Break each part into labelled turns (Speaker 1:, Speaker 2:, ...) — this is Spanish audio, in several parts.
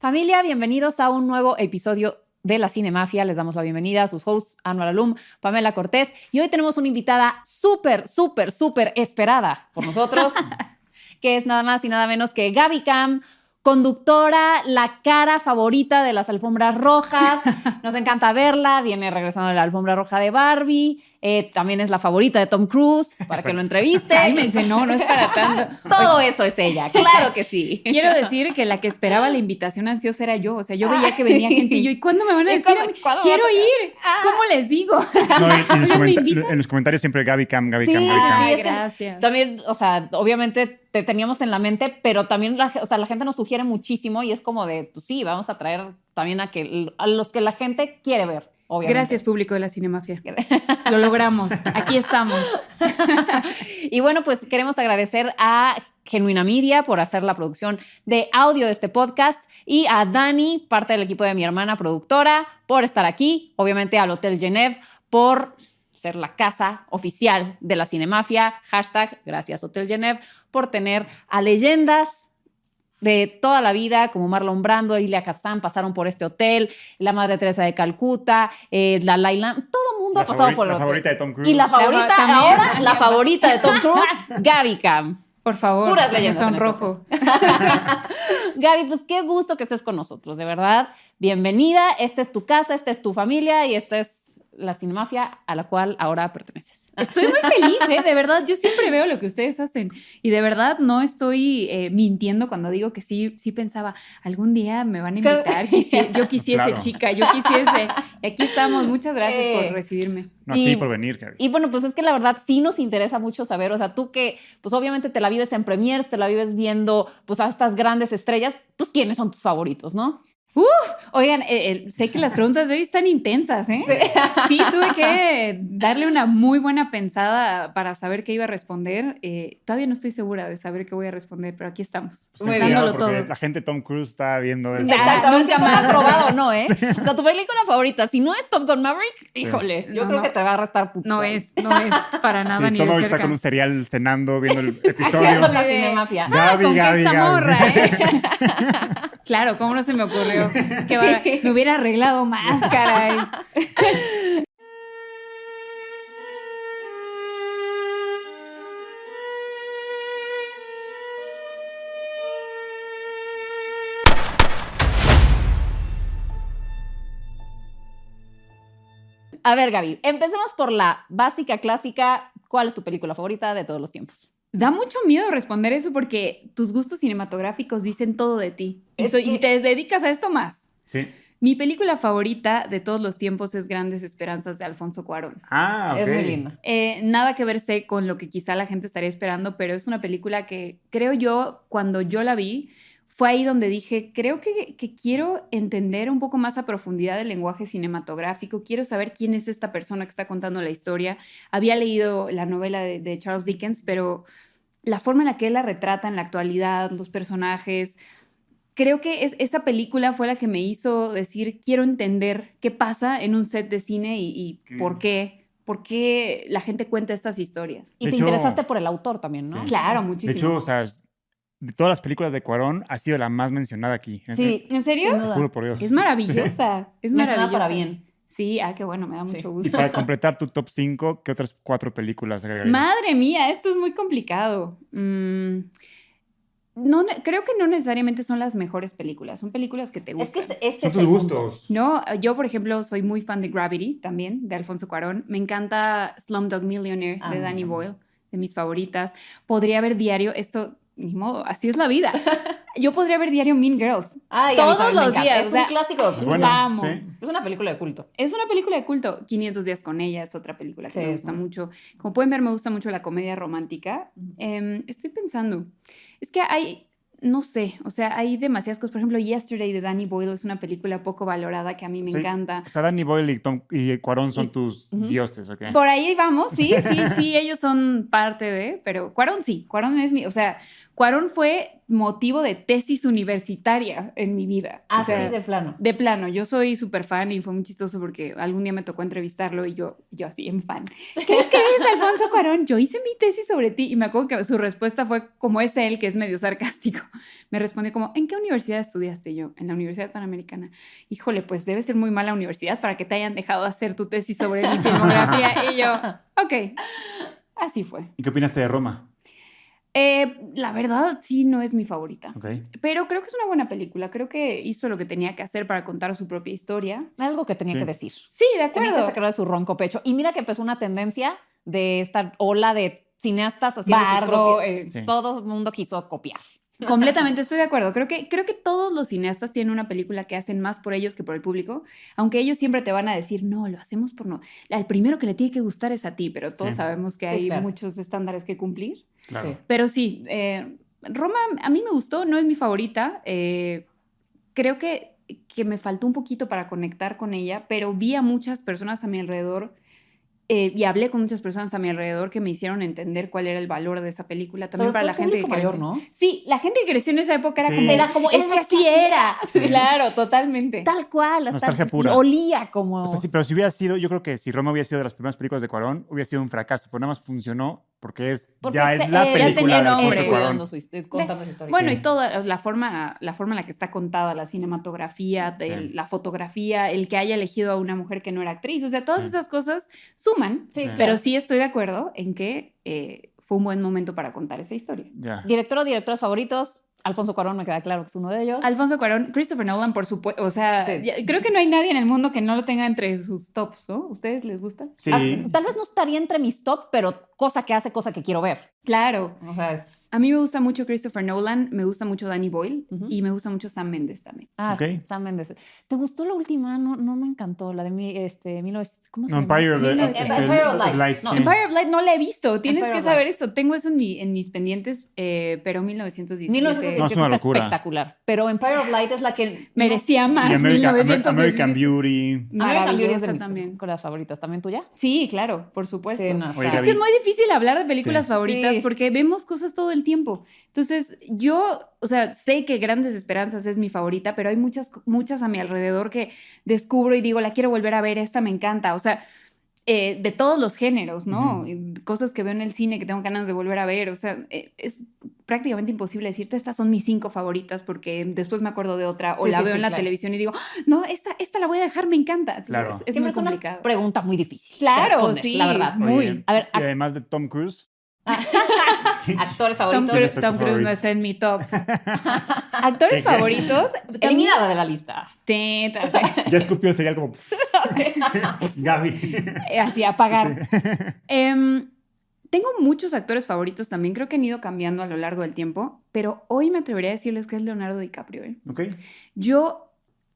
Speaker 1: Familia, bienvenidos a un nuevo episodio de la Cinemafia. Les damos la bienvenida a sus hosts, Anuar Alum, Pamela Cortés. Y hoy tenemos una invitada súper, súper, súper esperada por nosotros, que es nada más y nada menos que Gaby Cam, conductora, la cara favorita de las alfombras rojas. Nos encanta verla. Viene regresando de la alfombra roja de Barbie. Eh, también es la favorita de Tom Cruise para que lo entreviste.
Speaker 2: Cálmense, no, no es para tanto.
Speaker 1: Todo eso es ella, claro que sí.
Speaker 2: Quiero decir que la que esperaba la invitación ansiosa era yo. O sea, yo veía que venía gente y yo, ¿y cuándo me van a decir?
Speaker 1: ¿Cuándo-
Speaker 2: a mí?
Speaker 1: cuándo me
Speaker 2: Quiero
Speaker 1: va a tocar?
Speaker 2: ir.
Speaker 1: Ah.
Speaker 2: ¿Cómo les digo?
Speaker 3: No, y- y en, los
Speaker 2: ¿Me
Speaker 3: comenta-
Speaker 2: invitan?
Speaker 3: en los comentarios siempre Gaby Cam, Gaby
Speaker 1: Sí,
Speaker 3: Cam, Gaby Cam.
Speaker 1: sí,
Speaker 2: Ay,
Speaker 1: es que
Speaker 2: gracias.
Speaker 1: También, o sea, obviamente te teníamos en la mente, pero también la, ge- o sea, la gente nos sugiere muchísimo y es como de, pues sí, vamos a traer también a, que, a los que la gente quiere ver, obviamente.
Speaker 2: Gracias, público de la Cinemafia. Lo logramos. Aquí estamos.
Speaker 1: Y bueno, pues queremos agradecer a Genuina Media por hacer la producción de audio de este podcast y a Dani, parte del equipo de mi hermana productora, por estar aquí. Obviamente al Hotel Genève por ser la casa oficial de la Cinemafia. Hashtag gracias Hotel Genève por tener a leyendas de toda la vida, como Marlon Brando, Ilia Kazan pasaron por este hotel, la Madre Teresa de Calcuta, eh, la Laila, todo el mundo
Speaker 3: La
Speaker 1: ha pasado
Speaker 3: favori-
Speaker 1: por el
Speaker 3: la
Speaker 1: hotel.
Speaker 3: favorita de Tom Cruise.
Speaker 1: Y la favorita,
Speaker 2: Mm. también.
Speaker 1: ahora, la favorita de Tom Cruise, Gaby Cam.
Speaker 2: Por favor.
Speaker 1: Puras leyendas en
Speaker 2: Son
Speaker 1: este
Speaker 2: rojo.
Speaker 1: Gaby, pues qué gusto que estés con nosotros, de verdad. Bienvenida, esta es tu casa, esta es tu familia y esta es la Cinemafia a la cual ahora perteneces.
Speaker 2: Estoy muy feliz, ¿eh? De verdad, yo siempre veo lo que ustedes hacen. Y de verdad, no estoy eh, mintiendo cuando digo que sí, sí pensaba, algún día me van a invitar. quisi- yo quisiese,
Speaker 3: Claro.
Speaker 2: chica, yo quisiese. Y aquí estamos. Muchas gracias
Speaker 1: Eh.
Speaker 2: por recibirme.
Speaker 3: No, a ti
Speaker 1: Y-
Speaker 3: por venir, Gaby.
Speaker 1: Y bueno, pues es que la verdad sí nos interesa mucho saber, o sea, tú que pues obviamente te la vives en premiers, te la vives viendo pues a estas grandes estrellas, pues quiénes son tus favoritos, ¿no?
Speaker 2: Oigan, eh, eh, sé que las preguntas de hoy están intensas, ¿eh? Sí, tuve que darle una muy buena pensada para saber qué iba a responder. Eh, todavía no estoy segura de saber qué voy a responder, pero aquí estamos.
Speaker 3: Pues ten
Speaker 1: muy bien.
Speaker 3: cuidado
Speaker 2: dándolo
Speaker 3: porque
Speaker 2: todo.
Speaker 3: La gente de Tom Cruise está viendo esto.
Speaker 1: Exacto, a ver si
Speaker 2: Pues, nunca
Speaker 1: estás
Speaker 2: más.
Speaker 1: aprobado o no, ¿eh? O sea, tu película favorita, si no es Top Gun Maverick, híjole, yo
Speaker 2: No,
Speaker 1: creo
Speaker 2: no.
Speaker 1: que te va a restar puto.
Speaker 2: No es, no es para
Speaker 3: Sí,
Speaker 2: nada ni
Speaker 3: Tom
Speaker 2: de
Speaker 3: hoy está
Speaker 2: cerca.
Speaker 3: con un cereal cenando, viendo el
Speaker 1: Aquí
Speaker 3: episodio.
Speaker 1: con la
Speaker 2: Así de-
Speaker 1: Cinemafia.
Speaker 3: Gaby,
Speaker 2: Ah, con que
Speaker 3: Gaby,
Speaker 2: esta
Speaker 3: Gaby.
Speaker 2: morra, ¿eh? claro, ¿cómo no se me ocurrió? Qué bárbara. me hubiera arreglado más, caray.
Speaker 1: A ver, Gaby, empecemos por la básica clásica. ¿Cuál es tu película favorita de todos los tiempos?
Speaker 2: Da mucho miedo responder eso porque tus gustos cinematográficos dicen todo de ti. Y,
Speaker 1: Es
Speaker 2: soy-
Speaker 1: que-
Speaker 2: y te dedicas a esto más.
Speaker 3: Sí.
Speaker 2: Mi película favorita de todos los tiempos es Grandes Esperanzas de Alfonso Cuarón.
Speaker 3: Ah, ok.
Speaker 1: Es muy linda.
Speaker 2: Eh, nada que verse con lo que quizá la gente estaría esperando, pero es una película que creo yo, cuando yo la vi, fue ahí donde dije, creo que, que quiero entender un poco más a profundidad el lenguaje cinematográfico, quiero saber quién es esta persona que está contando la historia. Había leído la novela de, de Charles Dickens, pero la forma en la que él la retrata en la actualidad, los personajes, creo que es, esa película fue la que me hizo decir, quiero entender qué pasa en un set de cine y, y
Speaker 3: Qué
Speaker 2: por
Speaker 3: bien.
Speaker 2: qué, por qué la gente cuenta estas historias.
Speaker 1: Y
Speaker 3: De
Speaker 1: te
Speaker 3: hecho-
Speaker 1: interesaste por el autor también, ¿no?
Speaker 3: Sí.
Speaker 2: Claro,
Speaker 3: De
Speaker 2: muchísimo.
Speaker 3: hecho, o sea, es- de todas las películas de Cuarón ha sido la más mencionada aquí.
Speaker 1: Sí,
Speaker 2: ¿En
Speaker 1: sin
Speaker 2: serio?
Speaker 3: Te
Speaker 1: duda.
Speaker 3: juro por Dios.
Speaker 2: Es maravillosa, es
Speaker 1: Me suena
Speaker 2: maravillosa.
Speaker 1: para bien.
Speaker 2: Sí, ah, qué bueno, me da
Speaker 1: Sí.
Speaker 2: mucho
Speaker 3: Y
Speaker 2: gusto.
Speaker 3: para completar tu top 5, ¿qué otras cuatro películas agregarías?
Speaker 2: Madre mía, esto es muy complicado. Mm, no, ne- creo que no necesariamente son las mejores películas, son películas que te
Speaker 1: Es que
Speaker 2: gustan.
Speaker 1: es- ese
Speaker 4: Son
Speaker 1: es
Speaker 4: tus
Speaker 1: el punto.
Speaker 4: gustos.
Speaker 2: No, yo por ejemplo soy muy fan de Gravity también, de Alfonso Cuarón. Me encanta Slumdog Millionaire
Speaker 1: Ah.
Speaker 2: de Danny Boyle, de mis favoritas. Podría ver diario, esto, ni modo, así es la vida. Yo podría ver diario Mean Girls.
Speaker 1: Ay, a mí
Speaker 2: Todos
Speaker 1: también me
Speaker 2: los
Speaker 1: encanta.
Speaker 2: días,
Speaker 1: Es
Speaker 2: o sea,
Speaker 1: un clásico.
Speaker 3: Pues
Speaker 4: Es bueno,
Speaker 2: La amo.
Speaker 4: sí.
Speaker 1: Es una película de culto.
Speaker 2: Es una película de culto. 500 días con ella es otra película que
Speaker 1: Sí,
Speaker 2: me
Speaker 1: es
Speaker 2: gusta
Speaker 1: muy-
Speaker 2: mucho. Como pueden ver, me gusta mucho la comedia romántica.
Speaker 1: Ujú.
Speaker 2: Em, estoy pensando, es que hay, no sé, o sea, hay demasiadas cosas. Por ejemplo, Yesterday de Danny Boyle es una película poco valorada que a mí me
Speaker 3: Sí.
Speaker 2: encanta.
Speaker 3: O sea, Danny Boyle y, Tom- y Cuarón son
Speaker 1: Y-
Speaker 3: tus
Speaker 1: ujú.
Speaker 3: dioses, ¿ok?
Speaker 2: Por ahí vamos, sí, sí, sí, ellos son parte de, pero Cuarón sí, Cuarón es mi, o sea, Cuarón fue motivo de tesis universitaria en mi vida. O
Speaker 1: Así
Speaker 2: sea,
Speaker 1: de plano.
Speaker 2: de plano, yo soy súper fan y fue muy chistoso porque algún día me tocó entrevistarlo y yo, yo así en fan. ¿Qué crees, Alfonso Cuarón? Yo hice mi tesis sobre ti y me acuerdo que su respuesta fue como es él, que es medio sarcástico. Me respondió como, ¿en qué universidad estudiaste yo? En la Universidad Panamericana. Híjole, pues debe ser muy mala universidad para que te hayan dejado hacer tu tesis sobre mi filmografía. Y yo, ok, así fue.
Speaker 3: ¿Y qué opinaste de Roma?
Speaker 2: Eh, la verdad, sí, no es mi favorita.
Speaker 3: Ok.
Speaker 2: Pero creo que es una buena película. Creo que hizo lo que tenía que hacer para contar su propia historia.
Speaker 1: Algo que tenía
Speaker 3: Sí.
Speaker 1: que decir.
Speaker 2: Sí, de
Speaker 1: Tenía que
Speaker 2: acuerdo.
Speaker 1: sacar de su ronco pecho. Y mira que empezó una tendencia de esta ola de cineastas haciendo sus
Speaker 2: Bardo,
Speaker 1: propias-
Speaker 2: eh,
Speaker 3: Sí.
Speaker 1: Todo el mundo quiso copiar.
Speaker 2: completamente estoy de acuerdo. Creo que, creo que todos los cineastas tienen una película que hacen más por ellos que por el público, aunque ellos siempre te van a decir, no, lo hacemos por no. El primero que le tiene que gustar es a ti, pero todos
Speaker 3: Sí.
Speaker 2: sabemos que
Speaker 1: Sí,
Speaker 2: hay
Speaker 1: claro.
Speaker 2: muchos estándares que cumplir.
Speaker 3: Claro.
Speaker 1: Sí.
Speaker 2: Pero sí, eh, Roma a mí me gustó, no es mi favorita. eh, creo que, que me faltó un poquito para conectar con ella, pero vi a muchas personas a mi alrededor eh, y hablé con muchas personas a mi alrededor que me hicieron entender cuál era el valor de esa película. También
Speaker 1: Sobre todo
Speaker 2: para la
Speaker 1: el
Speaker 2: gente que
Speaker 1: público mayor,
Speaker 2: creció.
Speaker 1: ¿no?
Speaker 2: Sí, la gente que creció en esa época era
Speaker 3: Sí.
Speaker 2: como...
Speaker 1: Era como,
Speaker 2: es que así era.
Speaker 3: Sí.
Speaker 2: Claro, totalmente.
Speaker 1: Tal cual. hasta
Speaker 3: Nostalgia pura.
Speaker 1: Olía como...
Speaker 3: O sea, sí, pero si hubiera sido, yo creo que si Roma hubiera sido de las primeras películas de Cuarón, hubiera sido un fracaso, pero nada más funcionó porque es
Speaker 1: Porque
Speaker 3: ya
Speaker 1: se-
Speaker 3: es la
Speaker 1: él
Speaker 2: ya
Speaker 3: película
Speaker 2: tenía
Speaker 3: de
Speaker 2: nombre.
Speaker 3: Alfonso
Speaker 1: contando
Speaker 3: Cuarón.
Speaker 1: su, his- eh, contando su historia.
Speaker 2: Bueno,
Speaker 3: Sí.
Speaker 2: y toda la forma, la forma en la que está contada, la cinematografía, el-
Speaker 3: Sí.
Speaker 2: la fotografía, el que haya elegido a una mujer que no era actriz, o sea, todas
Speaker 3: Sí.
Speaker 2: esas cosas suman,
Speaker 1: Sí,
Speaker 3: Sí.
Speaker 1: claro.
Speaker 2: pero sí estoy de acuerdo en que eh, fue un buen momento para contar esa historia.
Speaker 3: Ya.
Speaker 1: Director o directores favoritos. Alfonso Cuarón me queda claro que es uno de ellos.
Speaker 2: Alfonso Cuarón, Christopher Nolan, por supuesto, o sea,
Speaker 1: Sí.
Speaker 2: ya- creo que no hay nadie en el mundo que no lo tenga entre sus tops, ¿no? ¿Ustedes les gusta?
Speaker 3: Sí.
Speaker 1: Ah, Tal vez no estaría entre mis top, pero cosa que hace, cosa que quiero ver.
Speaker 2: Claro.
Speaker 1: O sea, es...
Speaker 2: A mí me gusta mucho Christopher Nolan, me gusta mucho Danny Boyle
Speaker 1: Ujú.
Speaker 2: y me gusta mucho Sam Mendes también.
Speaker 1: Ah, sí,
Speaker 3: Ok.
Speaker 1: Sam Mendes. ¿Te gustó la última? No, no me encantó. La de mi, este, 19... ¿Cómo se
Speaker 3: No,
Speaker 1: llama?
Speaker 3: Empire of,
Speaker 2: Mil-
Speaker 3: the- of the-
Speaker 1: Empire of Light.
Speaker 3: Light,
Speaker 1: No,
Speaker 3: sí.
Speaker 2: Empire of Light no la he visto, tienes
Speaker 1: Mm. Empire
Speaker 2: que
Speaker 1: of Light.
Speaker 2: saber eso. Tengo eso en, mi- en mis pendientes, eh, pero 1917.
Speaker 1: 1917
Speaker 3: No, es una
Speaker 1: está
Speaker 3: locura.
Speaker 1: espectacular. Pero Empire of Light es la que...
Speaker 2: Merecía
Speaker 1: no-
Speaker 2: más.
Speaker 3: Y American,
Speaker 2: 1917.
Speaker 3: American Beauty.
Speaker 1: American Beauty es de
Speaker 2: Maravillosa
Speaker 1: mis
Speaker 2: también.
Speaker 1: películas favoritas. ¿También tuya?
Speaker 2: Sí, claro, por supuesto.
Speaker 1: no,
Speaker 3: Oye,
Speaker 1: está-
Speaker 2: Es que es muy difícil hablar de películas
Speaker 3: Sí.
Speaker 2: favoritas
Speaker 1: Sí.
Speaker 2: porque vemos cosas todo el tiempo. Entonces, yo, o sea, sé que Grandes Esperanzas es mi favorita, pero hay muchas, muchas a mi alrededor que descubro y digo, la quiero volver a ver, esta me encanta. O sea, eh, de todos los géneros, ¿no?
Speaker 3: Ujú.
Speaker 2: Y Cosas que veo en el cine que tengo ganas de volver a ver. O sea, eh, es prácticamente imposible decirte, estas son mis cinco favoritas porque después me acuerdo de otra o
Speaker 1: Sí,
Speaker 2: la
Speaker 1: sí,
Speaker 2: veo
Speaker 1: sí,
Speaker 2: en la
Speaker 1: claro.
Speaker 2: televisión y digo, "¡Ah, no, esta, esta la voy a dejar, me encanta. Entonces,
Speaker 3: Claro.
Speaker 2: Es, es
Speaker 1: Siempre
Speaker 2: muy
Speaker 1: es una
Speaker 2: complicado.
Speaker 1: pregunta muy difícil. de
Speaker 2: Claro,
Speaker 1: responder,
Speaker 2: sí,
Speaker 1: La verdad.
Speaker 2: muy.
Speaker 3: Oye,
Speaker 1: A ver,
Speaker 3: Y además de Tom Cruise.
Speaker 1: actores
Speaker 2: Tom
Speaker 1: favoritos.
Speaker 2: Cruise,
Speaker 3: está tu
Speaker 2: Tom Cruise
Speaker 3: favorito?
Speaker 2: no está en mi top. Actores
Speaker 3: ¿Qué?
Speaker 2: favoritos. también-
Speaker 1: Eliminada de la lista.
Speaker 2: Teta, o sea,
Speaker 3: Ya escupió el cereal como... Gaby.
Speaker 2: eh, así apagar. Em, tengo muchos actores favoritos también. Creo que han ido cambiando a lo largo del tiempo, pero hoy me atrevería a decirles que es Leonardo DiCaprio. ¿eh?
Speaker 3: Ok.
Speaker 2: Yo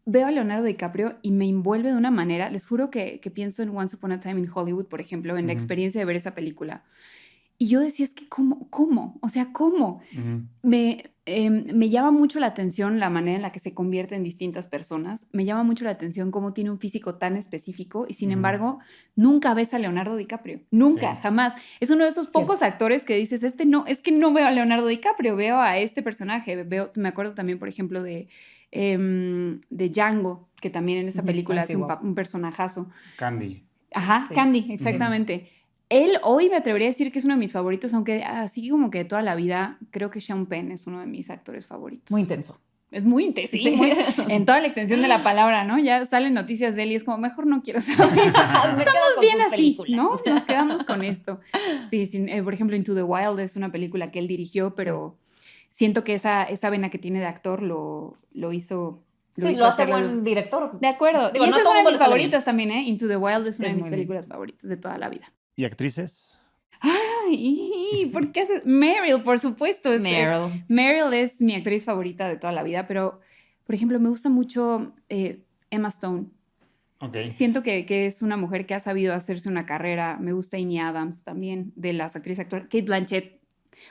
Speaker 2: veo a Leonardo DiCaprio y me envuelve de una manera, les juro que, que pienso en Once Upon a Time in Hollywood, por ejemplo, en la
Speaker 3: Ujú.
Speaker 2: experiencia de ver esa película. Y yo decía, es que, ¿cómo? ¿Cómo? O sea, ¿cómo?
Speaker 3: Ujú.
Speaker 2: Me, em, me llama mucho la atención la manera en la que se convierte en distintas personas. Me llama mucho la atención cómo tiene un físico tan específico y sin
Speaker 3: Ujú.
Speaker 2: embargo nunca ves a Leonardo DiCaprio. Nunca,
Speaker 3: Sí.
Speaker 2: jamás. Es uno de esos pocos actores que dices, este no, es que no veo a Leonardo DiCaprio, veo a este personaje. Veo, me acuerdo también, por ejemplo, de, em, de Django, que también en esa
Speaker 1: Ujú,
Speaker 2: película
Speaker 1: ah,
Speaker 2: es
Speaker 1: sí,
Speaker 2: un,
Speaker 1: guau.
Speaker 2: pa- un personajazo.
Speaker 3: Candy.
Speaker 2: Ajá,
Speaker 1: Sí.
Speaker 2: Candy, exactamente. Él hoy me atrevería a decir que es uno de mis favoritos, aunque así como que de toda la vida, creo que Sean Penn es uno de mis actores favoritos.
Speaker 1: Muy intenso.
Speaker 2: es muy intenso.
Speaker 1: Sí.
Speaker 2: muy- en toda la extensión de la palabra, ¿no? Ya salen noticias de él y es como, mejor no quiero saber.
Speaker 1: Ah, Estamos
Speaker 2: bien así, ¿no? Nos quedamos con esto. Sí, sin- eh, por ejemplo, Into the Wild es una película que él dirigió, pero siento que esa, esa vena que tiene de actor lo, lo hizo...
Speaker 1: Lo,
Speaker 2: hizo
Speaker 1: hace
Speaker 2: hacerlo-
Speaker 1: buen director.
Speaker 2: De acuerdo.
Speaker 1: Digo,
Speaker 2: y
Speaker 1: no
Speaker 2: esa es
Speaker 1: todo
Speaker 2: una de
Speaker 1: mundo
Speaker 2: mis
Speaker 1: le sale
Speaker 2: favoritas también, ¿eh? Into the Wild es una
Speaker 1: Es
Speaker 2: de mis
Speaker 1: muy bien.
Speaker 2: películas favoritas de toda la vida.
Speaker 3: ¿Y actrices?
Speaker 2: Ay, ¿por qué haces? Meryl, por supuesto. es- eh,
Speaker 1: Meryl.
Speaker 2: Meryl es mi actriz favorita de toda la vida, pero, por ejemplo, me gusta mucho eh, Emma Stone.
Speaker 3: Ok.
Speaker 2: Siento que, que es una mujer que ha sabido hacerse una carrera. Me gusta Amy Adams también, de las actrices actoras. Kate Blanchett.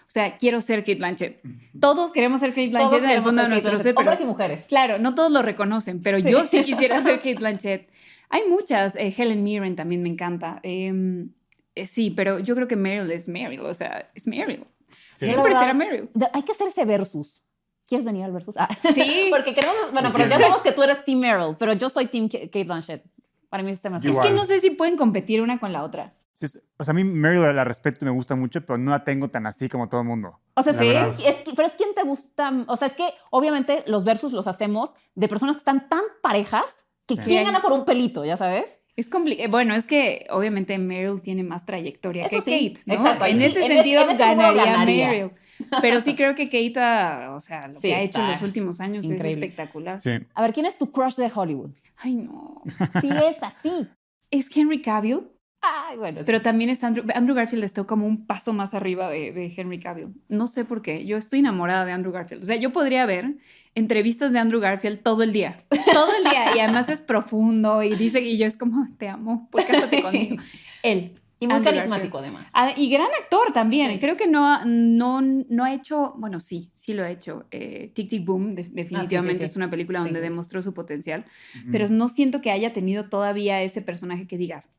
Speaker 2: O sea, quiero ser Kate Blanchett. Todos queremos ser Kate Blanchett
Speaker 1: Todos
Speaker 2: en el
Speaker 1: queremos
Speaker 2: fondo de
Speaker 1: ser Kate
Speaker 2: nuestro
Speaker 1: Blanchett,
Speaker 2: ser, pero-
Speaker 1: hombres y mujeres.
Speaker 2: Claro, no todos lo reconocen, pero
Speaker 1: Sí.
Speaker 2: yo sí quisiera ser Kate Blanchett. Hay muchas, eh, Helen Mirren también me encanta. eh, eh, sí, pero yo creo que Meryl es Meryl, o sea, es Meryl.
Speaker 3: Sí.
Speaker 1: Sí, la
Speaker 2: Siempre
Speaker 1: verdad.
Speaker 2: será Meryl.
Speaker 1: De- Hay que hacerse versus. ¿Quieres venir al versus? Ah.
Speaker 2: Sí.
Speaker 1: Porque queremos, bueno, pero ya sabemos que tú eres Team Meryl, pero yo soy Team K- Kate Blanchett. Para mí es tema
Speaker 3: Igual.
Speaker 2: Es que no sé si pueden competir una con la otra.
Speaker 3: Sí, es- o sea, a mí Meryl la respeto y me gusta mucho, pero no la tengo tan así como todo el mundo.
Speaker 1: O sea,
Speaker 3: La
Speaker 1: sí,
Speaker 3: verdad.
Speaker 1: es, es que- pero es quien te gusta, o sea, es que obviamente los versus los hacemos de personas que están tan parejas que
Speaker 3: Sí.
Speaker 1: quién gana por un pelito, ya sabes.
Speaker 2: Es complicado. Bueno, es que obviamente Meryl tiene más trayectoria
Speaker 1: Eso
Speaker 2: que
Speaker 1: sí,
Speaker 2: Kate. ¿no?
Speaker 1: exacto, ahí
Speaker 2: En
Speaker 1: sí.
Speaker 2: ese
Speaker 1: En es-
Speaker 2: sentido
Speaker 1: en ese seguro
Speaker 2: ganaría,
Speaker 1: ganaría.
Speaker 2: Meryl. Pero sí creo que Kate, ah, o sea, lo
Speaker 1: Sí,
Speaker 2: que ha hecho en
Speaker 1: está
Speaker 2: los últimos años
Speaker 1: increíble.
Speaker 2: es espectacular.
Speaker 3: Sí.
Speaker 1: A ver, ¿quién es tu crush de Hollywood?
Speaker 2: Ay, no.
Speaker 1: Sí, es así.
Speaker 2: Es Henry Cavill.
Speaker 1: Ay, bueno.
Speaker 2: Pero también es Andrew, Andrew Garfield está como un paso más arriba de, de Henry Cavill. No sé por qué. Yo estoy enamorada de Andrew Garfield. O sea, yo podría ver entrevistas de Andrew Garfield todo el día. Todo el día. Y además es profundo y dice, y yo es como, te amo, por cásate conmigo. Él.
Speaker 1: y muy
Speaker 2: Andrew
Speaker 1: carismático, además.
Speaker 2: Ah, y gran actor también.
Speaker 1: Sí.
Speaker 2: Creo que no, ha- no, no ha hecho, bueno, sí, sí lo ha hecho. Eh, Tic Tic Boom de- definitivamente
Speaker 1: sí.
Speaker 2: es una película donde
Speaker 1: Sí.
Speaker 2: demostró su potencial,
Speaker 3: Mm.
Speaker 2: pero no siento que haya tenido todavía ese personaje que digas,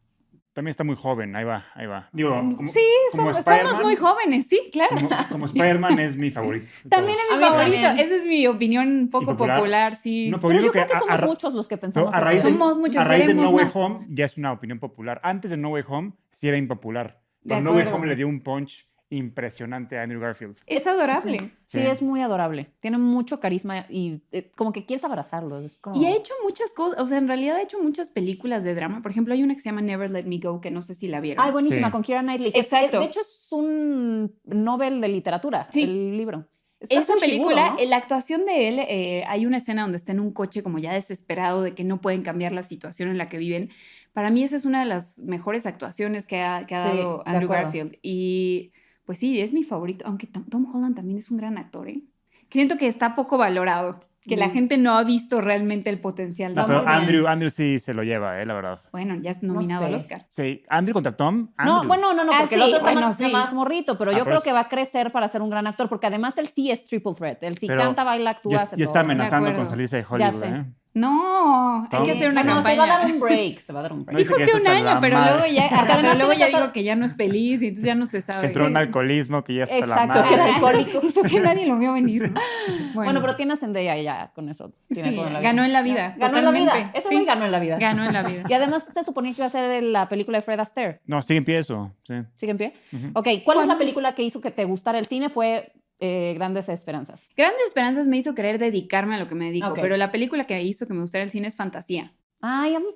Speaker 3: También está muy joven, ahí va, ahí va. Digo, como,
Speaker 2: sí,
Speaker 3: como
Speaker 2: somos, somos
Speaker 3: Spider-Man,
Speaker 2: muy jóvenes, sí, claro.
Speaker 3: Como, como Spider-Man es mi favorito. de
Speaker 2: También
Speaker 3: todos.
Speaker 2: es mi
Speaker 1: A mí
Speaker 2: favorito.
Speaker 1: también.
Speaker 2: Esa es mi opinión un poco
Speaker 3: popular.
Speaker 2: popular, sí.
Speaker 3: No, pero
Speaker 1: Pero
Speaker 3: yo,
Speaker 1: yo
Speaker 3: creo que, a,
Speaker 1: somos
Speaker 3: a-
Speaker 1: muchos los que pensamos
Speaker 3: a raíz
Speaker 1: eso.
Speaker 3: de-
Speaker 2: Somos muchos,
Speaker 3: a raíz de
Speaker 2: seremos
Speaker 3: No Way
Speaker 2: más.
Speaker 3: Home ya es una opinión popular. Antes de No Way Home sí era impopular.
Speaker 2: De
Speaker 3: Pero No Way
Speaker 2: acuerdo.
Speaker 3: Home le dio un punch impresionante a Andrew Garfield.
Speaker 2: Es adorable.
Speaker 1: Sí, es muy adorable. Tiene mucho carisma y eh, como que quieres abrazarlo. es como-
Speaker 2: Y ha hecho muchas cosas, o sea, en realidad ha hecho muchas películas de drama. Por ejemplo, hay una que se llama Never Let Me Go, que no sé si la vieron.
Speaker 1: Ay, buenísima,
Speaker 3: Sí.
Speaker 1: con Kira Knightley. que es-
Speaker 2: Exacto.
Speaker 1: de hecho, es un Nobel de literatura,
Speaker 2: Sí.
Speaker 1: el libro. Está
Speaker 2: Esa
Speaker 1: muy
Speaker 2: película,
Speaker 1: seguro, ¿no?
Speaker 2: eh, la actuación de él, eh, hay una escena donde está en un coche como ya desesperado de que no pueden cambiar la situación en la que viven. Para mí esa es una de las mejores actuaciones que ha, que ha
Speaker 1: Sí,
Speaker 2: dado
Speaker 1: de
Speaker 2: Andrew
Speaker 1: acuerdo.
Speaker 2: Garfield. Y pues sí, es mi favorito, aunque Tom, Tom Holland también es un gran actor, ¿eh? Siento que está poco valorado, que la
Speaker 1: Mm.
Speaker 2: gente no ha visto realmente el potencial.
Speaker 3: No,
Speaker 2: de
Speaker 1: Va
Speaker 3: pero
Speaker 1: muy bien.
Speaker 3: Andrew, Andrew sí se lo lleva, eh, la verdad.
Speaker 2: Bueno, ya es nominado
Speaker 1: sé.
Speaker 2: al Oscar.
Speaker 3: Sí, Andrew contra Tom. Andrew.
Speaker 1: No, bueno, no, no,
Speaker 2: Ah,
Speaker 1: porque el
Speaker 2: sí,
Speaker 1: otro está
Speaker 2: bueno,
Speaker 1: más,
Speaker 2: sí.
Speaker 1: más morrito, pero
Speaker 3: Ah,
Speaker 1: yo
Speaker 3: pero
Speaker 1: creo
Speaker 3: es-
Speaker 1: que va a crecer para ser un gran actor, porque además él sí es triple threat. Él sí
Speaker 3: Pero
Speaker 1: canta, baila, actúa.
Speaker 3: Ya,
Speaker 1: hace todo.
Speaker 3: ya está amenazando con
Speaker 2: acuerdo.
Speaker 3: salirse de
Speaker 1: Ya
Speaker 3: Hollywood,
Speaker 1: sé.
Speaker 3: ¿eh.
Speaker 2: No, hay
Speaker 3: Tom-
Speaker 2: que hacer una
Speaker 1: Bueno,
Speaker 2: campaña.
Speaker 1: se va a dar un break, se va a dar un break.
Speaker 3: No dice
Speaker 2: Dijo
Speaker 3: que
Speaker 2: que,
Speaker 3: eso
Speaker 2: un
Speaker 3: está en la
Speaker 2: año, pero
Speaker 3: madre.
Speaker 2: luego ya,
Speaker 1: Porque además
Speaker 2: luego
Speaker 1: tiene
Speaker 2: ya
Speaker 1: que
Speaker 2: dijo
Speaker 1: estar-
Speaker 2: que ya no es feliz y entonces ya no se sabe.
Speaker 3: Entró en
Speaker 2: Sí.
Speaker 3: alcoholismo que ya está la
Speaker 1: Exacto, que
Speaker 3: madre.
Speaker 1: era
Speaker 2: Ah,
Speaker 1: alcohólico.
Speaker 2: Eso que nadie lo vio venir.
Speaker 1: Bueno, pero tiene Zendaya ya con eso. Tiene
Speaker 2: Sí,
Speaker 1: todo en la vida.
Speaker 2: ganó en la vida,
Speaker 1: Ganó en la vida.
Speaker 2: totalmente.
Speaker 1: Ese
Speaker 2: Sí.
Speaker 1: güey ganó en la vida.
Speaker 2: ganó en la vida.
Speaker 1: Y además se suponía que iba a ser la película de Fred Astaire.
Speaker 3: No, sigue en pie eso. Sí.
Speaker 1: ¿Sigue en pie?
Speaker 3: Ujú.
Speaker 1: Ok, ¿cuál es la película que hizo que te gustara el cine? Fue eh, Grandes Esperanzas.
Speaker 2: Grandes Esperanzas me hizo querer dedicarme a lo que me dedico,
Speaker 1: Ok.
Speaker 2: pero la película que hizo que me gustara el cine es Fantasía.
Speaker 1: Ay, a mí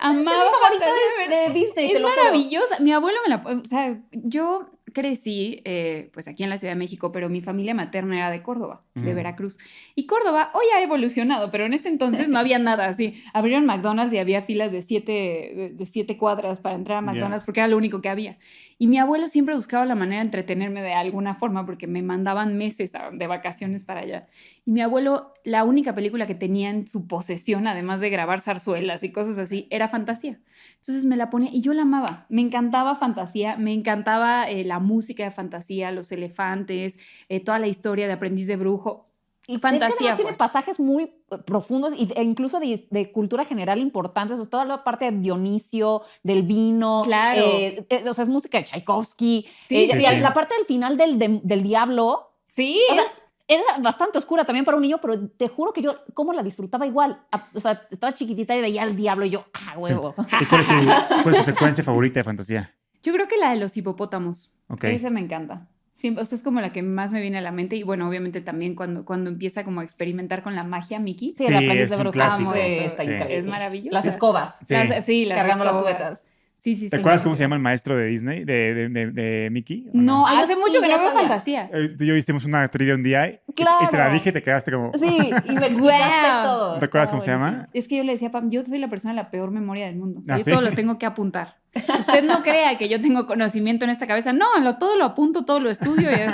Speaker 2: Amaba
Speaker 1: mi favorita
Speaker 2: Fantasía,
Speaker 1: es de Disney. te
Speaker 2: Es
Speaker 1: lo juro.
Speaker 2: maravillosa. Mi abuelo me la... O sea, yo crecí, eh, pues aquí en la Ciudad de México, pero mi familia materna era de Córdoba, de
Speaker 3: Ujú.
Speaker 2: Veracruz. Y Córdoba hoy ha evolucionado, pero en ese entonces no había nada así. Abrieron McDonald's y había filas de siete, de, de siete cuadras para entrar a
Speaker 3: Ya.
Speaker 2: McDonald's porque era lo único que había. Y mi abuelo siempre buscaba la manera de entretenerme de alguna forma porque me mandaban meses a- de vacaciones para allá. Y mi abuelo, la única película que tenía en su posesión, además de grabar zarzuelas y cosas así, era Fantasía. Entonces me la ponía y yo la amaba. Me encantaba Fantasía, me encantaba eh, la música de Fantasía, los elefantes, eh, toda la historia de Aprendiz de Brujo.
Speaker 1: Y
Speaker 2: Fantasía
Speaker 1: Es que además tiene
Speaker 2: fue.
Speaker 1: pasajes muy eh, profundos y- e incluso de, de cultura general importantes. O sea, toda la parte de Dionisio, del vino.
Speaker 2: Claro.
Speaker 1: eh, eh, o sea, es música de Tchaikovsky.
Speaker 2: Sí,
Speaker 1: Eh,
Speaker 2: sí,
Speaker 1: y
Speaker 3: sí.
Speaker 1: La parte del final del, dem- del diablo.
Speaker 2: Sí,
Speaker 1: O sea, era bastante oscura también para un niño, pero te juro que yo, ¿cómo la disfrutaba igual? A- O sea, estaba chiquitita y veía al diablo y yo, ah,
Speaker 3: Sí.
Speaker 1: huevo.
Speaker 3: ¿Y cuál es, tu, cuál es tu secuencia favorita de fantasía?
Speaker 2: yo creo que la de los hipopótamos.
Speaker 3: Ok.
Speaker 2: Esa me encanta. Sí, o sea, es como la que más me viene a la mente y bueno, obviamente también cuando, cuando empieza como a experimentar con la magia, Mickey.
Speaker 1: Sí, el
Speaker 3: Sí,
Speaker 1: aprendiz
Speaker 3: es
Speaker 1: de
Speaker 3: un
Speaker 1: brujas.
Speaker 3: clásico.
Speaker 1: Amo eso,
Speaker 2: Sí.
Speaker 1: está
Speaker 3: Es
Speaker 1: increíble.
Speaker 2: Es maravilloso.
Speaker 1: Las escobas,
Speaker 3: Sí.
Speaker 2: Las- sí, las
Speaker 1: cargando las
Speaker 2: escobas.
Speaker 1: cubetas.
Speaker 2: Sí, sí,
Speaker 3: ¿Te
Speaker 2: sí.
Speaker 3: acuerdas cómo se llama el maestro de Disney, de, de, de- de Mickey? ¿o
Speaker 2: No,
Speaker 1: Ah,
Speaker 2: hace
Speaker 1: sí,
Speaker 2: mucho que
Speaker 1: ya
Speaker 2: no veo
Speaker 1: sabía.
Speaker 2: fantasía.
Speaker 3: Eh, Tú y yo hicimos una trivia un día y, y te la
Speaker 1: Claro.
Speaker 3: dije y te quedaste como...
Speaker 1: Sí, y me explicaste
Speaker 2: Wow.
Speaker 1: todo.
Speaker 3: ¿Te acuerdas
Speaker 1: Estaba
Speaker 3: cómo se llama?
Speaker 2: Es que yo le decía a Pam, yo soy la persona de la peor memoria del mundo.
Speaker 3: ¿Ah,
Speaker 2: yo
Speaker 3: sí?
Speaker 2: todo lo tengo que apuntar. Usted no crea que yo tengo conocimiento en esta cabeza. No, lo, todo lo apunto, todo lo estudio. y es-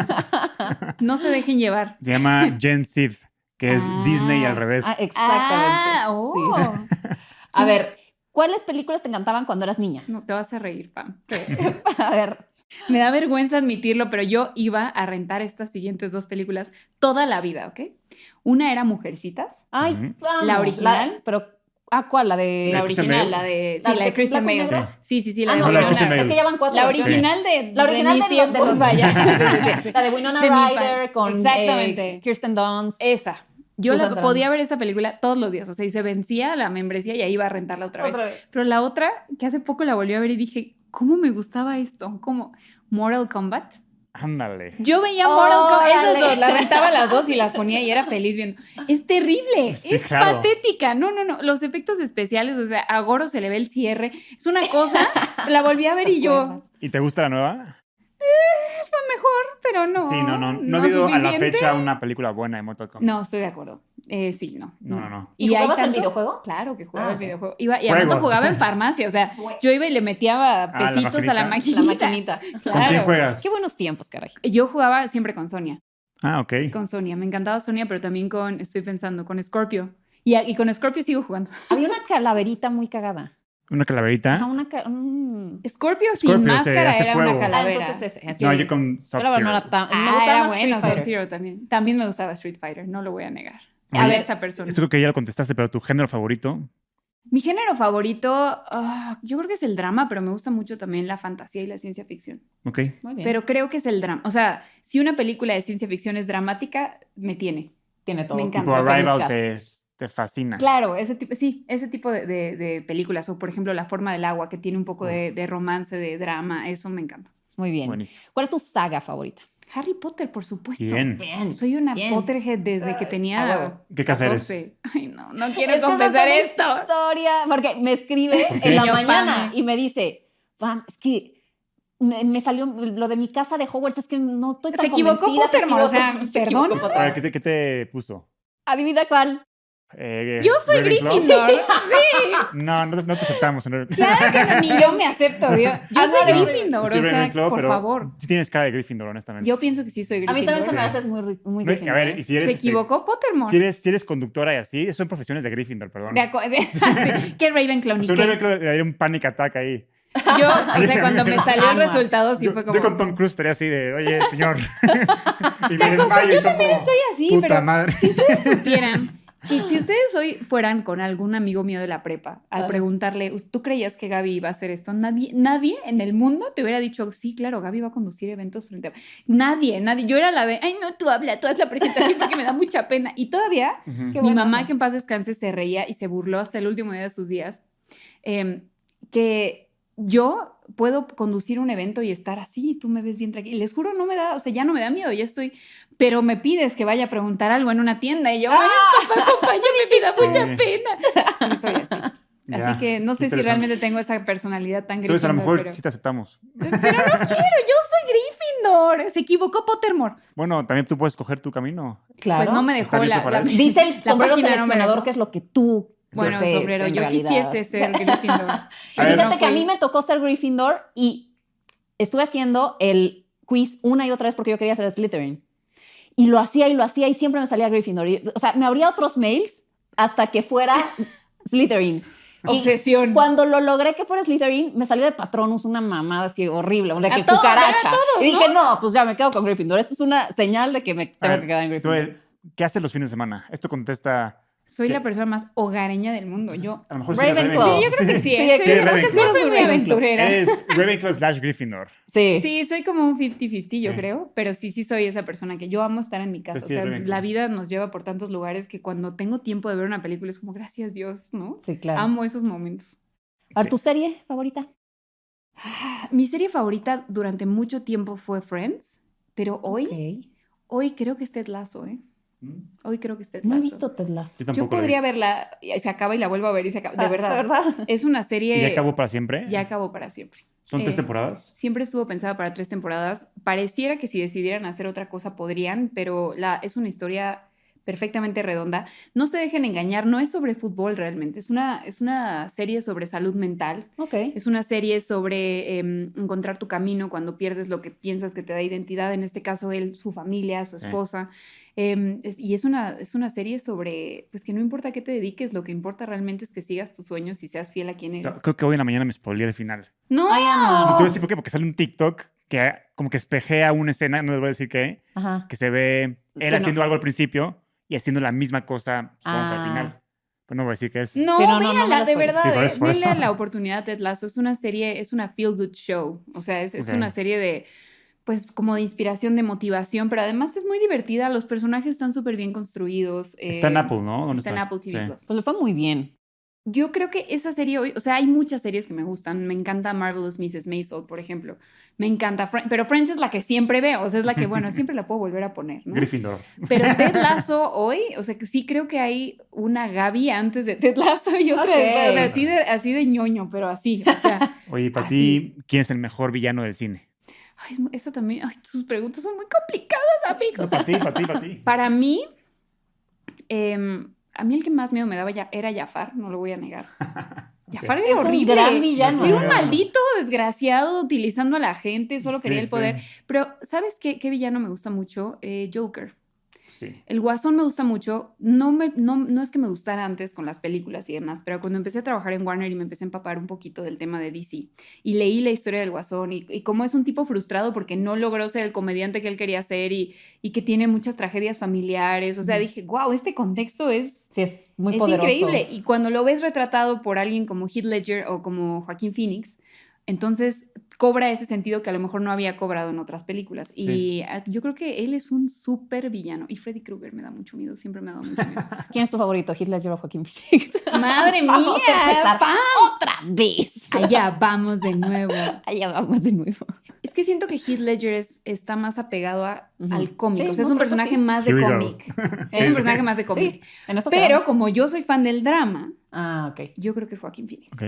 Speaker 2: No se dejen llevar.
Speaker 3: Se llama Gen Sid, que es
Speaker 2: Ah,
Speaker 3: Disney al revés.
Speaker 1: Ah, exactamente.
Speaker 2: Ah,
Speaker 1: Sí.
Speaker 2: oh.
Speaker 1: A ver, ¿cuáles películas te encantaban cuando eras niña?
Speaker 2: No te vas a reír, Pam.
Speaker 1: A ver,
Speaker 2: Me da vergüenza admitirlo, pero yo iba a rentar estas siguientes dos películas toda la vida, ¿ok? Una era Mujercitas,
Speaker 1: ay,
Speaker 3: Ujú.
Speaker 1: vamos,
Speaker 2: ¿La original?
Speaker 1: pero, ¿a cuál? La de.
Speaker 2: la
Speaker 3: ¿De Kristen Bale?
Speaker 2: original, la de,
Speaker 1: La
Speaker 2: sí, la
Speaker 1: que
Speaker 2: de
Speaker 1: es
Speaker 2: Kristen
Speaker 1: blanco y
Speaker 2: Bale.
Speaker 1: negro.
Speaker 2: Sí, sí, sí, la
Speaker 1: Ah,
Speaker 2: de
Speaker 1: no,
Speaker 3: la
Speaker 1: no,
Speaker 3: de Kristen
Speaker 2: Winona.
Speaker 1: no, Es
Speaker 3: Bale.
Speaker 1: que ya van cuatro.
Speaker 2: La
Speaker 1: o sea,
Speaker 2: original de,
Speaker 1: La original
Speaker 2: de mis
Speaker 1: de, los- de
Speaker 2: tiempos,
Speaker 1: los-
Speaker 2: vaya.
Speaker 1: Sí, sí, sí. La de Winona
Speaker 2: De mi infancia.
Speaker 1: Ryder con
Speaker 2: Exactamente.
Speaker 1: eh, Kirsten Dunst.
Speaker 2: Esa. Yo
Speaker 1: Susan
Speaker 2: la-
Speaker 1: Sarandon.
Speaker 2: podía ver esa película todos los días, o sea, y se vencía la membresía y ahí iba a rentarla otra vez.
Speaker 1: vez.
Speaker 2: Pero la otra, que hace poco la volví a ver y dije, ¿cómo me gustaba esto? Como Mortal Kombat.
Speaker 3: Ándale.
Speaker 2: Yo veía Mortal Kombat, esas
Speaker 1: ¡Órale!
Speaker 2: dos, las rentaba las dos y las ponía y era feliz viendo. Es terrible,
Speaker 3: Sí,
Speaker 2: es
Speaker 3: claro.
Speaker 2: patética. No, no, no. Los efectos especiales, o sea, a Goro se le ve el cierre. Es una cosa, la volví a ver y yo,
Speaker 3: ¿Y te gusta la nueva?
Speaker 2: pero no.
Speaker 3: sí, no, no. No, he habido a la
Speaker 2: suficiente.
Speaker 3: fecha una película buena de Mortal Kombat.
Speaker 2: No, estoy de acuerdo. Eh, sí, no.
Speaker 3: No, no, no.
Speaker 1: ¿Y,
Speaker 2: hay
Speaker 1: jugabas al
Speaker 2: tanto-
Speaker 1: videojuego?
Speaker 2: Claro que jugaba
Speaker 1: Ah,
Speaker 2: al
Speaker 1: ok.
Speaker 2: videojuego. Iba, y además
Speaker 3: Juego. Ah,
Speaker 2: lo jugaba en farmacia, o sea, yo iba y le metía
Speaker 3: la
Speaker 2: pesitos a la maquinita.
Speaker 1: La maquinita.
Speaker 3: ¿Con quién
Speaker 2: claro.
Speaker 3: juegas?
Speaker 1: Qué buenos tiempos, caray.
Speaker 2: Yo jugaba siempre con Sonia.
Speaker 3: Ah, ok.
Speaker 2: Con Sonia, me encantaba Sonia, pero también con, estoy pensando, con Scorpio. Y, y con Scorpio sigo jugando.
Speaker 1: Había una calaverita muy cagada.
Speaker 3: ¿Una calaverita?
Speaker 1: Ajá, Ah, una ca- mm.
Speaker 2: Scorpio sin
Speaker 3: Scorpio, se
Speaker 2: máscara
Speaker 3: hace
Speaker 2: era
Speaker 3: fuego.
Speaker 2: una
Speaker 3: Ah,
Speaker 1: Ah,
Speaker 2: calavera.
Speaker 1: entonces ese. así.
Speaker 3: No, yo con
Speaker 1: Pero bueno,
Speaker 3: Sub-Zero.
Speaker 1: no era tan-
Speaker 2: Ah,
Speaker 1: me gustaba
Speaker 2: era
Speaker 1: más
Speaker 2: bueno,
Speaker 1: Street Fighter.
Speaker 2: Sub-Zero también. También me gustaba Street Fighter, no lo voy a negar.
Speaker 3: Oye,
Speaker 2: A ver, esa persona.
Speaker 3: Esto creo que ya lo contestaste, pero tu género favorito.
Speaker 2: Mi género favorito, ah, yo creo que es el drama, pero me gusta mucho también la fantasía y la ciencia ficción.
Speaker 3: Ok.
Speaker 1: Muy bien.
Speaker 2: Pero creo que es el drama. O sea, si una película de ciencia ficción es dramática, me tiene.
Speaker 1: tiene todo.
Speaker 2: me encanta.
Speaker 3: Tipo
Speaker 1: lo que
Speaker 3: Arrival
Speaker 1: buscas.
Speaker 3: te, te fascina.
Speaker 2: Claro, ese tipo, sí, ese tipo de, de- de películas. O por ejemplo, La forma del agua, que tiene un poco de, de romance, de drama. Eso me encanta.
Speaker 1: Muy bien.
Speaker 3: Buenísimo.
Speaker 1: ¿Cuál es tu saga favorita?
Speaker 2: Harry Potter, por supuesto.
Speaker 3: Bien. Ah,
Speaker 1: Bien.
Speaker 2: Soy una
Speaker 1: Bien.
Speaker 2: Potterhead desde que
Speaker 1: Ay,
Speaker 2: tenía
Speaker 1: a huevo.
Speaker 3: ¿Qué casa eres?
Speaker 2: 14. Ay, no, no quiero
Speaker 1: Es que esa
Speaker 2: confesar
Speaker 1: es
Speaker 2: esto.
Speaker 1: una historia, porque me escribe
Speaker 3: ¿Por qué?
Speaker 1: en la
Speaker 2: Yo,
Speaker 1: mañana
Speaker 2: Pame.
Speaker 1: y me dice, Pam, es que me, me salió lo de mi casa de Hogwarts, es que no estoy tan
Speaker 2: Se equivocó
Speaker 1: convencida, se
Speaker 2: Pottermore, o sea,
Speaker 1: equivocó- se equivocó
Speaker 2: perdona.
Speaker 3: A
Speaker 1: Pottermore".
Speaker 3: ver, ¿qué te, qué te puso?
Speaker 1: Adivina cuál.
Speaker 3: Eh,
Speaker 2: Yo soy
Speaker 3: Ravenclaw.
Speaker 2: Gryffindor. Sí,
Speaker 3: No, no te, no te aceptamos. en Ravenclaw.
Speaker 2: claro que no, ni yo me acepto. Yo, yo soy
Speaker 1: no,
Speaker 2: Gryffindor,
Speaker 3: soy
Speaker 2: o sea,
Speaker 3: Ravenclaw,
Speaker 2: por
Speaker 3: pero
Speaker 2: favor.
Speaker 3: Sí tienes cara de Gryffindor, honestamente.
Speaker 2: Yo pienso que sí soy
Speaker 1: A mí
Speaker 2: Gryffindor.
Speaker 1: también se me
Speaker 3: Sí.
Speaker 1: hace muy, ri- muy
Speaker 3: No,
Speaker 1: difícil.
Speaker 3: a ver, y si eres...
Speaker 2: ¿eh? Se
Speaker 3: este,
Speaker 2: equivocó Pottermore.
Speaker 3: si, eres, si eres conductora y así, son profesiones de Gryffindor, perdón.
Speaker 2: De acu- sí, que Ravenclaw
Speaker 3: O
Speaker 2: ni
Speaker 3: sea, un
Speaker 2: qué.
Speaker 3: Ravenclaw le daría un panic attack ahí.
Speaker 2: Yo, o sea, cuando me salió el resultado, Oh, sí
Speaker 3: yo,
Speaker 2: fue
Speaker 3: yo
Speaker 2: como.
Speaker 3: con Tom Cruise estaría así de, oye, señor. y me desmayo. y
Speaker 2: yo
Speaker 3: tú
Speaker 2: también
Speaker 3: como,
Speaker 2: estoy así,
Speaker 3: Puta
Speaker 2: pero
Speaker 3: madre.
Speaker 2: supieran que si ustedes hoy fueran con algún amigo mío de la prepa al
Speaker 1: Ajá.
Speaker 2: preguntarle, ¿tú creías que Gaby iba a hacer esto? Nadie, nadie en el mundo te hubiera dicho, sí, claro, Gaby va a conducir eventos frente a... Nadie, nadie. Yo era la de, ay, no, tú habla, tú haz la presentación porque me da mucha pena. Y todavía
Speaker 3: Ujú.
Speaker 1: Qué
Speaker 2: mi
Speaker 1: buena
Speaker 2: mamá,
Speaker 1: onda.
Speaker 2: que en paz descanse, se reía y se burló hasta el último día de sus días, eh, que yo puedo conducir un evento y estar así, y tú me ves bien tranquila. Y les juro, no me da, o sea, ya no me da miedo, ya estoy, pero me pides que vaya a preguntar algo en una tienda y yo, ay,
Speaker 1: ¡Ah!
Speaker 2: papá, acompáñame, me da mucha pena. Sí, soy así.
Speaker 3: Ya,
Speaker 2: Así que no sé si
Speaker 3: interesante.
Speaker 2: realmente tengo esa personalidad tan
Speaker 3: Entonces, a lo
Speaker 2: Gryffindor,
Speaker 3: mejor sí te aceptamos.
Speaker 2: pero, pero no quiero, yo soy Gryffindor. Se equivocó Pottermore.
Speaker 3: Bueno, también tú puedes escoger tu camino.
Speaker 1: Claro.
Speaker 2: Pues no me
Speaker 3: Está
Speaker 2: dejó
Speaker 3: abierto
Speaker 2: la,
Speaker 3: para
Speaker 2: la-
Speaker 3: eso.
Speaker 1: Dice el
Speaker 2: La
Speaker 1: sombrero
Speaker 2: página no me
Speaker 1: seleccionador
Speaker 2: dejó.
Speaker 1: que es lo que tú
Speaker 2: Bueno,
Speaker 1: desees,
Speaker 2: sombrero,
Speaker 1: en
Speaker 2: yo
Speaker 1: realidad.
Speaker 2: quisiese ser Gryffindor.
Speaker 3: A
Speaker 1: Y
Speaker 3: ver.
Speaker 1: fíjate
Speaker 2: No
Speaker 1: que a
Speaker 2: fui.
Speaker 1: mí me tocó ser Gryffindor y estuve haciendo el quiz una y otra vez porque yo quería ser Slytherin. Y lo hacía y lo hacía y siempre me salía Gryffindor. Y, o sea, me abría otros mails hasta que fuera Slytherin. Y
Speaker 2: Obsesión.
Speaker 1: cuando lo logré que fuera Slytherin, me salió de Patronus una mamada así horrible, de
Speaker 2: A
Speaker 1: que
Speaker 2: todos,
Speaker 1: cucaracha.
Speaker 2: a todos,
Speaker 1: y dije, no, pues ya me quedo con Gryffindor. Esto es una señal de que me
Speaker 3: A
Speaker 1: tengo
Speaker 3: ver,
Speaker 1: que quedar en
Speaker 3: Tú,
Speaker 1: Gryffindor.
Speaker 3: eh, ¿Qué haces los fines de semana? Esto contesta.
Speaker 2: Soy
Speaker 3: ¿Qué?
Speaker 2: la persona más hogareña del mundo. Yo,
Speaker 3: A lo mejor
Speaker 1: Ravenclaw.
Speaker 2: yo creo que sí. ¿eh?
Speaker 1: Sí,
Speaker 2: Soy-
Speaker 3: sí,
Speaker 2: creo que
Speaker 3: Ravenclaw.
Speaker 2: sí, Eh, soy muy
Speaker 1: Ravenclaw.
Speaker 2: aventurera.
Speaker 3: Eres Ravenclaw slash Gryffindor.
Speaker 1: Sí.
Speaker 2: Sí, soy como un 50-50, yo
Speaker 3: Sí.
Speaker 2: creo, pero sí, sí soy esa persona que yo amo estar en mi casa.
Speaker 3: Entonces,
Speaker 2: o
Speaker 3: sí,
Speaker 2: sea,
Speaker 3: Ravenclaw.
Speaker 2: la vida nos lleva por tantos lugares que cuando tengo tiempo de ver una película es como, gracias Dios, ¿no?
Speaker 1: Sí, claro.
Speaker 2: Amo esos momentos.
Speaker 1: A ver,
Speaker 3: Sí.
Speaker 1: ¿tu serie favorita?
Speaker 2: Mi serie favorita durante mucho tiempo fue Friends, pero hoy,
Speaker 1: Ok.
Speaker 2: hoy creo que es Ted Lasso, ¿eh? Hoy creo que está Ted
Speaker 1: No he
Speaker 2: Lasso.
Speaker 1: visto Ted Lasso.
Speaker 3: Yo tampoco
Speaker 2: Yo
Speaker 3: lo he
Speaker 2: podría
Speaker 3: visto.
Speaker 2: verla, y se acaba y la vuelvo a ver y se acaba.
Speaker 1: Ah,
Speaker 2: De verdad.
Speaker 1: De verdad.
Speaker 2: Es una serie.
Speaker 3: ¿Y ya acabó para siempre?
Speaker 2: ya acabó para siempre.
Speaker 3: ¿Son tres
Speaker 2: eh,
Speaker 3: temporadas?
Speaker 2: Siempre estuvo pensada para tres temporadas. Pareciera que si decidieran hacer otra cosa podrían, pero la, es una historia perfectamente redonda. No se dejen engañar, no es sobre fútbol realmente, es una, es una serie sobre salud mental.
Speaker 1: Ok.
Speaker 2: Es una serie sobre em, encontrar tu camino cuando pierdes lo que piensas que te da identidad, en este caso él, su familia, su
Speaker 3: Sí.
Speaker 2: esposa. Em, es- y es una, es una serie sobre, pues que no importa a qué te dediques, lo que importa realmente es que sigas tus sueños y seas fiel a quien eres.
Speaker 3: Creo que hoy en la mañana me spoileé el final.
Speaker 2: No,
Speaker 1: Ay, Ana.
Speaker 3: Y te voy a
Speaker 1: Oh.
Speaker 3: decir por qué, porque sale un TikTok que como que espejea una escena, no les voy a decir qué,
Speaker 1: Ajá.
Speaker 3: que se ve él
Speaker 1: Sí,
Speaker 3: haciendo algo al principio y haciendo la misma cosa supongo que
Speaker 1: Ah.
Speaker 3: al final. Pues no voy a decir qué es.
Speaker 2: No,
Speaker 1: Sí, no, no, no me
Speaker 2: véanla,
Speaker 1: la
Speaker 2: de
Speaker 1: spoilees.
Speaker 2: verdad,
Speaker 3: Sí, por
Speaker 2: eh,
Speaker 3: eso, por
Speaker 2: denle
Speaker 3: eso.
Speaker 2: la oportunidad a Ted Lasso. Es una serie, es una feel good show. O sea, es, es
Speaker 3: Ok.
Speaker 2: una serie de, pues, como de inspiración, de motivación, pero además es muy divertida. Los personajes están súper bien construidos.
Speaker 3: Está en
Speaker 2: eh,
Speaker 3: Apple, ¿no? ¿Dónde
Speaker 2: Está en Apple TV
Speaker 3: Sí.
Speaker 2: Plus.
Speaker 1: Pues le fue muy bien.
Speaker 2: Yo creo que esa serie hoy, o sea, hay muchas series que me gustan. Me encanta Marvelous Mrs. Maisel, por ejemplo. Me encanta Friends, pero Friends es la que siempre veo. O sea, es la que, bueno, siempre la puedo volver a poner, ¿no?
Speaker 3: Gryffindor.
Speaker 2: Pero Ted Lazo hoy, o sea, que sí creo que hay una Gaby antes de Ted Lazo y otra después. O sea,
Speaker 1: Ok.
Speaker 2: así de, así de ñoño, pero así. O sea,
Speaker 3: Oye, para
Speaker 2: Así.
Speaker 3: ti, ¿quién es el mejor villano del cine?
Speaker 2: ay, es mu- eso también, ay, tus preguntas son muy complicadas, amigo.
Speaker 3: No, para ti, para ti, para ti.
Speaker 2: Para mí, em, a mí el que más miedo me daba ya era Jafar, no lo voy a negar. Jafar era
Speaker 1: Es un
Speaker 2: horrible.
Speaker 1: gran villano.
Speaker 3: Es
Speaker 2: Era un
Speaker 3: villano.
Speaker 2: maldito desgraciado utilizando a la gente, solo quería
Speaker 3: Sí,
Speaker 2: el poder.
Speaker 3: Sí.
Speaker 2: Pero, ¿sabes qué, qué villano me gusta mucho? Eh, Joker.
Speaker 3: Sí.
Speaker 2: El Guasón me gusta mucho. No, me, no, no es que me gustara antes con las películas y demás, pero cuando empecé a trabajar en Warner y me empecé a empapar un poquito del tema de DC y leí la historia del Guasón y, y cómo es un tipo frustrado porque no logró ser el comediante que él quería ser y, y que tiene muchas tragedias familiares. O sea,
Speaker 1: Ujú.
Speaker 2: dije, wow, este contexto es,
Speaker 1: Sí, es muy
Speaker 2: es
Speaker 1: poderoso.
Speaker 2: increíble. Y cuando lo ves retratado por alguien como Heath Ledger o como Joaquín Phoenix, entonces cobra ese sentido que a lo mejor no había cobrado en otras películas. Y
Speaker 3: Sí.
Speaker 2: ah, yo creo que él es un súper villano. Y Freddy Krueger me da mucho miedo, siempre me ha dado mucho miedo.
Speaker 1: ¿Quién es tu favorito? Hitler, yo o Joaquín Phoenix.
Speaker 2: ¡Madre mía!
Speaker 1: Vamos a empezar
Speaker 2: pa-
Speaker 1: Otra vez.
Speaker 2: Allá vamos de nuevo.
Speaker 1: Allá vamos de nuevo.
Speaker 2: Es que siento que Heath Ledger es- está más apegado a-
Speaker 1: Ujú.
Speaker 2: al cómic.
Speaker 1: Sí,
Speaker 2: o sea, es
Speaker 1: no,
Speaker 2: un
Speaker 1: pero eso
Speaker 2: personaje
Speaker 1: sí.
Speaker 2: más de
Speaker 3: Here we go.
Speaker 2: cómic.
Speaker 1: Sí,
Speaker 2: Es
Speaker 1: sí.
Speaker 2: un personaje más de cómic.
Speaker 1: Sí, en eso
Speaker 2: Pero
Speaker 1: quedamos.
Speaker 2: como yo soy fan del drama,
Speaker 1: Ah, ok.
Speaker 2: yo creo que es Joaquín Phoenix.
Speaker 3: Ok.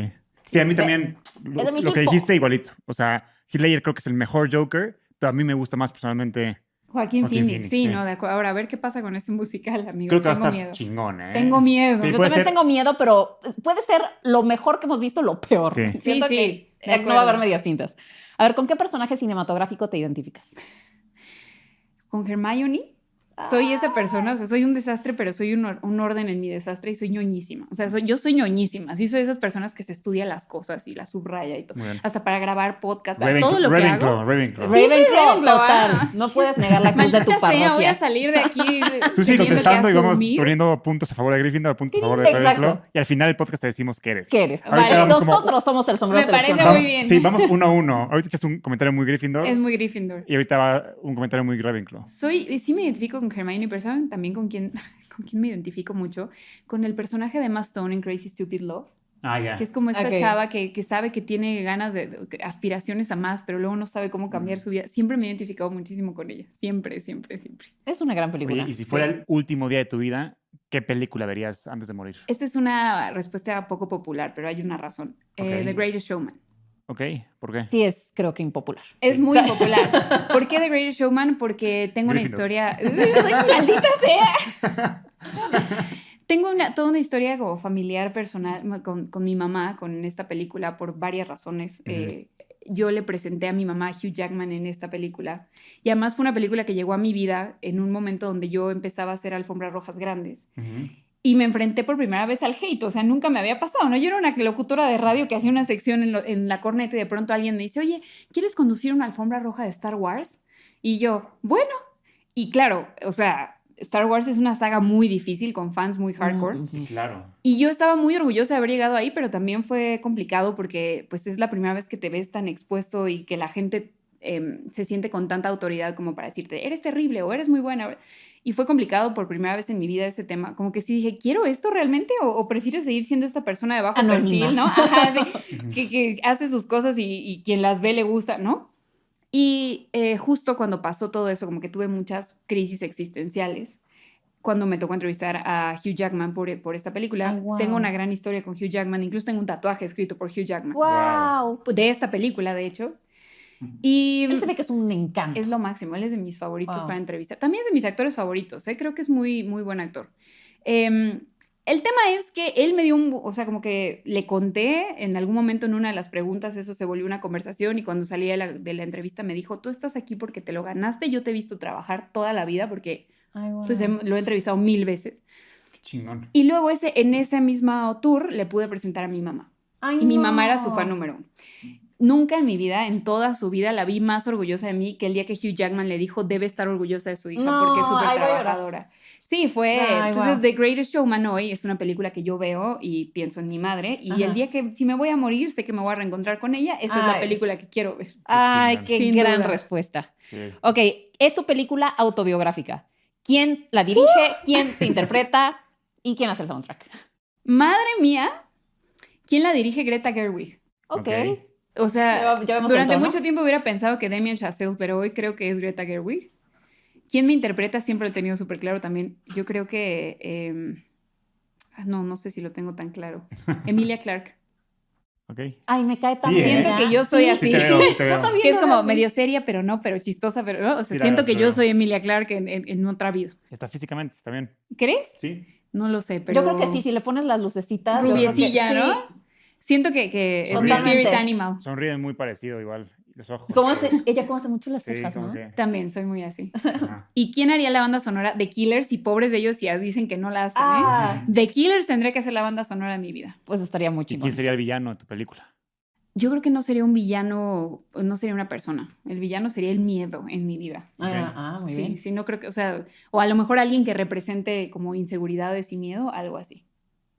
Speaker 3: Sí, a mí
Speaker 1: Ve-
Speaker 3: también. Lo,
Speaker 1: es de mi
Speaker 3: lo que
Speaker 1: tipo.
Speaker 3: dijiste igualito. O sea, Heath Ledger creo que es el mejor Joker, pero a mí me gusta más personalmente.
Speaker 2: Joaquín,
Speaker 3: Joaquín
Speaker 2: Phoenix,
Speaker 3: Phoenix, sí.
Speaker 2: sí, no, de acuerdo. Ahora, a ver qué pasa con ese musical, amigos.
Speaker 3: Creo que va a
Speaker 2: Tengo
Speaker 3: estar
Speaker 2: miedo.
Speaker 3: chingón, ¿eh?
Speaker 2: Tengo miedo.
Speaker 3: Sí,
Speaker 1: Yo
Speaker 3: puede
Speaker 1: también
Speaker 3: ser.
Speaker 1: tengo miedo, pero puede ser lo mejor que hemos visto, lo peor.
Speaker 3: Sí. Sí,
Speaker 1: Siento
Speaker 2: sí,
Speaker 1: que
Speaker 2: de
Speaker 1: eh, no va a haber
Speaker 2: acuerdo.
Speaker 1: medias tintas. A ver, ¿con qué personaje cinematográfico te identificas?
Speaker 2: Con Hermione, soy esa persona, o sea, soy un desastre, pero soy un, or- un orden en mi desastre y soy ñoñísima. O sea, soy- yo soy ñoñísima. Sí, soy esas personas que se estudia las cosas y las subraya y todo.
Speaker 3: Muy bien.
Speaker 2: Hasta para grabar podcast, para
Speaker 3: Ravenclaw,
Speaker 2: todo lo que hago.
Speaker 3: Ravenclaw, Ravenclaw.
Speaker 1: Ravenclaw,
Speaker 2: Ravenclaw,
Speaker 1: total.
Speaker 2: ah.
Speaker 1: No puedes negar la cruz de tu
Speaker 2: Maldita sea, voy a
Speaker 1: parroquia.
Speaker 2: salir de aquí.
Speaker 3: Tú sigue
Speaker 2: teniendo que
Speaker 3: contestando y vamos
Speaker 2: asumir.
Speaker 3: poniendo puntos a favor de Gryffindor, puntos a favor de
Speaker 1: Exacto.
Speaker 3: Ravenclaw. Y al final del podcast te decimos qué eres.
Speaker 1: ¿Qué eres?
Speaker 2: Ahorita
Speaker 1: Vale,
Speaker 3: vamos como-
Speaker 1: nosotros somos el sombrero
Speaker 2: Me parece
Speaker 1: seleccionado.
Speaker 2: Está
Speaker 3: Vamos-
Speaker 2: muy bien.
Speaker 3: Sí, vamos uno a uno. Ahorita echaste un comentario muy Gryffindor
Speaker 2: Es muy Gryffindor.
Speaker 3: y ahorita va un comentario muy Ravenclaw.
Speaker 2: Soy, sí me identifico con Hermione, pero ¿saben también con quién, con quién me identifico mucho? Con el personaje de Emma Stone en Crazy Stupid Love.
Speaker 3: Ah, ya.
Speaker 2: Que es como esta
Speaker 1: Ok.
Speaker 2: chava que, que sabe que tiene ganas de, de- que- aspiraciones a más, pero luego no sabe cómo
Speaker 3: Mm.
Speaker 2: cambiar su vida. Siempre me he identificado muchísimo con ella. Siempre, siempre, siempre.
Speaker 1: Es una gran película.
Speaker 3: y si fuera el último día de tu vida, ¿qué película verías antes de morir?
Speaker 2: Esta es una respuesta poco popular, pero hay una razón. Eh,
Speaker 3: Ok.
Speaker 2: The Greatest Showman.
Speaker 3: ¿Ok? ¿Por qué?
Speaker 1: Sí, es creo que impopular.
Speaker 2: Es muy popular. ¿Por qué The Greatest Showman? Porque tengo una
Speaker 3: Gryffindor.
Speaker 2: historia. Soy- ¡Maldita sea! Tengo una, toda una historia como familiar, personal, ma- con, con mi mamá, con esta película, por varias razones. Eh, yo le presenté a mi mamá a Hugh Jackman en esta película. Y además fue una película que llegó a mi vida en un momento donde yo empezaba a hacer alfombras rojas grandes. Y me enfrenté por primera vez al hate, o sea, nunca me había pasado, ¿no? Yo era una locutora de radio que hacía una sección en, lo- en la corneta y de pronto alguien me dice, oye, ¿quieres conducir una alfombra roja de Star Wars? Y yo, bueno. Y claro, o sea, Star Wars es una saga muy difícil, con fans muy hardcore.
Speaker 1: Mm, mm.
Speaker 3: claro.
Speaker 2: Y yo estaba muy orgullosa de haber llegado ahí, pero también fue complicado porque pues es la primera vez que te ves tan expuesto y que la gente em, se siente con tanta autoridad como para decirte, eres terrible o eres muy buena. Y fue complicado por primera vez en mi vida ese tema. Como que sí dije, ¿quiero esto realmente o, o prefiero seguir siendo esta persona de bajo
Speaker 1: Anónima.
Speaker 2: perfil, no? Ajá, sí que, que hace sus cosas y, y quien las ve le gusta, ¿no? Y eh, justo cuando pasó todo eso, como que tuve muchas crisis existenciales, cuando me tocó entrevistar a Hugh Jackman por, por esta película.
Speaker 1: Ay, wow.
Speaker 2: Tengo una gran historia con Hugh Jackman, incluso tengo un tatuaje escrito por Hugh Jackman.
Speaker 1: ¡Wow!
Speaker 2: De esta película, de hecho.
Speaker 3: Ujú.
Speaker 2: Y
Speaker 1: Él se ve que es un encanto.
Speaker 2: es lo máximo, él es de mis favoritos
Speaker 1: Wow.
Speaker 2: para entrevistar. También es de mis actores favoritos, ¿eh? creo que es muy, muy buen actor. Em, el tema es que él me dio un, o sea, como que le conté en algún momento en una de las preguntas, eso se volvió una conversación y cuando salí de la, de la entrevista me dijo, tú estás aquí porque te lo ganaste, yo te he visto trabajar toda la vida porque
Speaker 1: Ay, wow.
Speaker 2: pues, em- lo he entrevistado mil veces.
Speaker 3: Qué chingón.
Speaker 2: Y luego ese, en ese mismo tour le pude presentar a mi mamá.
Speaker 1: Ay,
Speaker 2: Y mi mamá era
Speaker 1: no.
Speaker 2: su fan número uno. Nunca en mi vida, en toda su vida, la vi más orgullosa de mí que el día que Hugh Jackman le dijo debe estar orgullosa de su hija
Speaker 1: No,
Speaker 2: porque es súper
Speaker 1: ay, voy a llorar.
Speaker 2: trabajadora. Sí, fue.
Speaker 1: Ay,
Speaker 2: entonces,
Speaker 1: guau.
Speaker 2: The Greatest Showman hoy es una película que yo veo y pienso en mi madre. Y
Speaker 1: Ajá.
Speaker 2: el día que, si me voy a morir, sé que me voy a reencontrar con ella. Esa es la
Speaker 1: Ay.
Speaker 2: película que quiero ver.
Speaker 1: Ay,
Speaker 3: chingón.
Speaker 1: qué
Speaker 2: Sin
Speaker 1: gran
Speaker 2: duda.
Speaker 1: respuesta.
Speaker 3: Sí.
Speaker 1: Ok, es tu película autobiográfica. ¿Quién la dirige?
Speaker 2: Uh.
Speaker 1: ¿Quién te interpreta? ¿Y quién hace el soundtrack?
Speaker 2: Madre mía, ¿quién la dirige? Greta Gerwig.
Speaker 1: Ok.
Speaker 3: Ok.
Speaker 2: O sea,
Speaker 1: Ya- ya vemos el
Speaker 2: durante
Speaker 1: tono.
Speaker 2: mucho tiempo hubiera pensado que Damien Chazelle, pero hoy creo que es Greta Gerwig. ¿Quién me interpreta? Siempre lo he tenido súper claro también. Yo creo que... eh, ah, no, no sé si lo tengo tan claro. Emilia Clark.
Speaker 3: Ok.
Speaker 1: Ay, me cae tan
Speaker 3: Sí,
Speaker 1: bien.
Speaker 2: Siento que yo soy así.
Speaker 3: Sí te veo, sí te veo.
Speaker 1: Pues también
Speaker 2: Que es
Speaker 1: lo
Speaker 2: como
Speaker 1: veo así.
Speaker 2: medio seria, pero no, pero chistosa, pero no. O sea,
Speaker 3: Sí, la
Speaker 2: siento
Speaker 3: veo,
Speaker 2: que
Speaker 3: sí,
Speaker 2: yo
Speaker 3: la veo.
Speaker 2: soy Emilia Clark en, en- en otra vida.
Speaker 3: Está físicamente, está bien.
Speaker 2: ¿Crees?
Speaker 3: Sí.
Speaker 2: No lo sé, pero...
Speaker 1: Yo creo que sí, si le pones las lucecitas. yo creo que
Speaker 2: Rubiecilla,
Speaker 1: sí.
Speaker 2: ¿no? Siento que, que es mi
Speaker 3: Totalmente.
Speaker 2: spirit animal.
Speaker 3: Sonríen muy parecido igual. Los ojos.
Speaker 1: ¿Cómo hace- ella cómo hace mucho las
Speaker 3: Sí,
Speaker 1: cejas,
Speaker 3: como
Speaker 1: ¿no?
Speaker 3: que-
Speaker 2: También soy muy así.
Speaker 3: ajá.
Speaker 2: ¿Y quién haría la banda sonora? de Killers y pobres de ellos si dicen que no la hacen, ¿eh?
Speaker 1: Ah,
Speaker 2: The Killers tendría que ser la banda sonora de mi vida.
Speaker 1: pues estaría muy
Speaker 3: ¿Y
Speaker 1: chingón.
Speaker 3: quién sería el villano de tu película?
Speaker 2: Yo creo que no sería un villano, no sería una persona. El villano sería el miedo en mi vida.
Speaker 1: Ah, ah, muy
Speaker 2: sí,
Speaker 1: bien.
Speaker 2: sí, no creo que, o sea, o a lo mejor alguien que represente como inseguridades y miedo, algo así.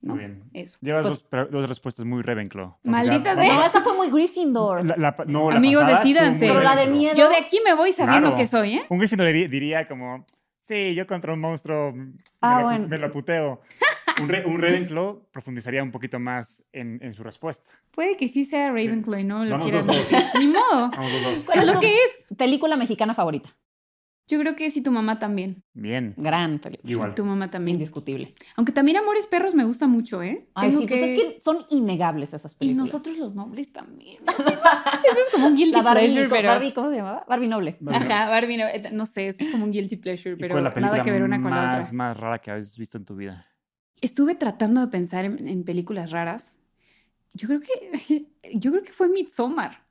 Speaker 2: ¿no?
Speaker 3: Muy bien.
Speaker 2: Eso.
Speaker 3: Llevas
Speaker 2: Pues,
Speaker 3: dos, pre- dos respuestas muy Ravenclaw. Vamos a
Speaker 2: Malditas
Speaker 3: quedar-
Speaker 1: No, esa fue muy Gryffindor.
Speaker 3: La- la pa- no, la
Speaker 2: Amigos,
Speaker 3: pasada estuvo muy
Speaker 2: decídanse.
Speaker 1: Pero la de
Speaker 3: Ravenclaw.
Speaker 1: miedo.
Speaker 2: yo de aquí me voy sabiendo
Speaker 3: Claro.
Speaker 2: que soy, ¿eh?
Speaker 3: Un Gryffindor diría, diría como, sí, yo contra un monstruo mm, me,
Speaker 1: Ah,
Speaker 3: lo, pu-
Speaker 1: bueno.
Speaker 3: me lo puteo. Un, re- un Ravenclaw profundizaría un poquito más en, en su respuesta.
Speaker 2: Puede que sí sea Ravenclaw y no lo
Speaker 3: Vamos
Speaker 2: quieran.
Speaker 3: los
Speaker 2: Ni modo.
Speaker 3: Vamos los dos.
Speaker 1: ¿Cuál
Speaker 2: Es lo
Speaker 1: tu
Speaker 2: que es.
Speaker 1: película mexicana favorita?
Speaker 2: Yo creo que sí, tu mamá también.
Speaker 3: Bien.
Speaker 1: Gran película.
Speaker 3: Igual.
Speaker 2: Tu mamá también.
Speaker 1: Indiscutible.
Speaker 2: Aunque también Amores Perros me gusta mucho, ¿eh?
Speaker 1: Ay,
Speaker 2: Tengo
Speaker 1: sí, pues es que son innegables esas
Speaker 2: Y
Speaker 1: películas.
Speaker 2: nosotros los nobles también. ¿no? Eso es como un guilty
Speaker 1: La Barbie,
Speaker 2: pleasure,
Speaker 1: ¿cómo-
Speaker 2: pero...
Speaker 1: Barbie, ¿cómo se llamaba? Barbie Noble.
Speaker 3: Barbie.
Speaker 2: Ajá, Barbie, no, eh, no sé, es como un guilty pleasure,
Speaker 3: ¿Y
Speaker 2: pero
Speaker 3: cuál es la película
Speaker 2: nada que ver una con
Speaker 3: más,
Speaker 2: la otra.
Speaker 3: más rara que has visto en tu vida?
Speaker 2: Estuve tratando de pensar en, en películas raras. Yo creo que, yo creo que fue Midsommar.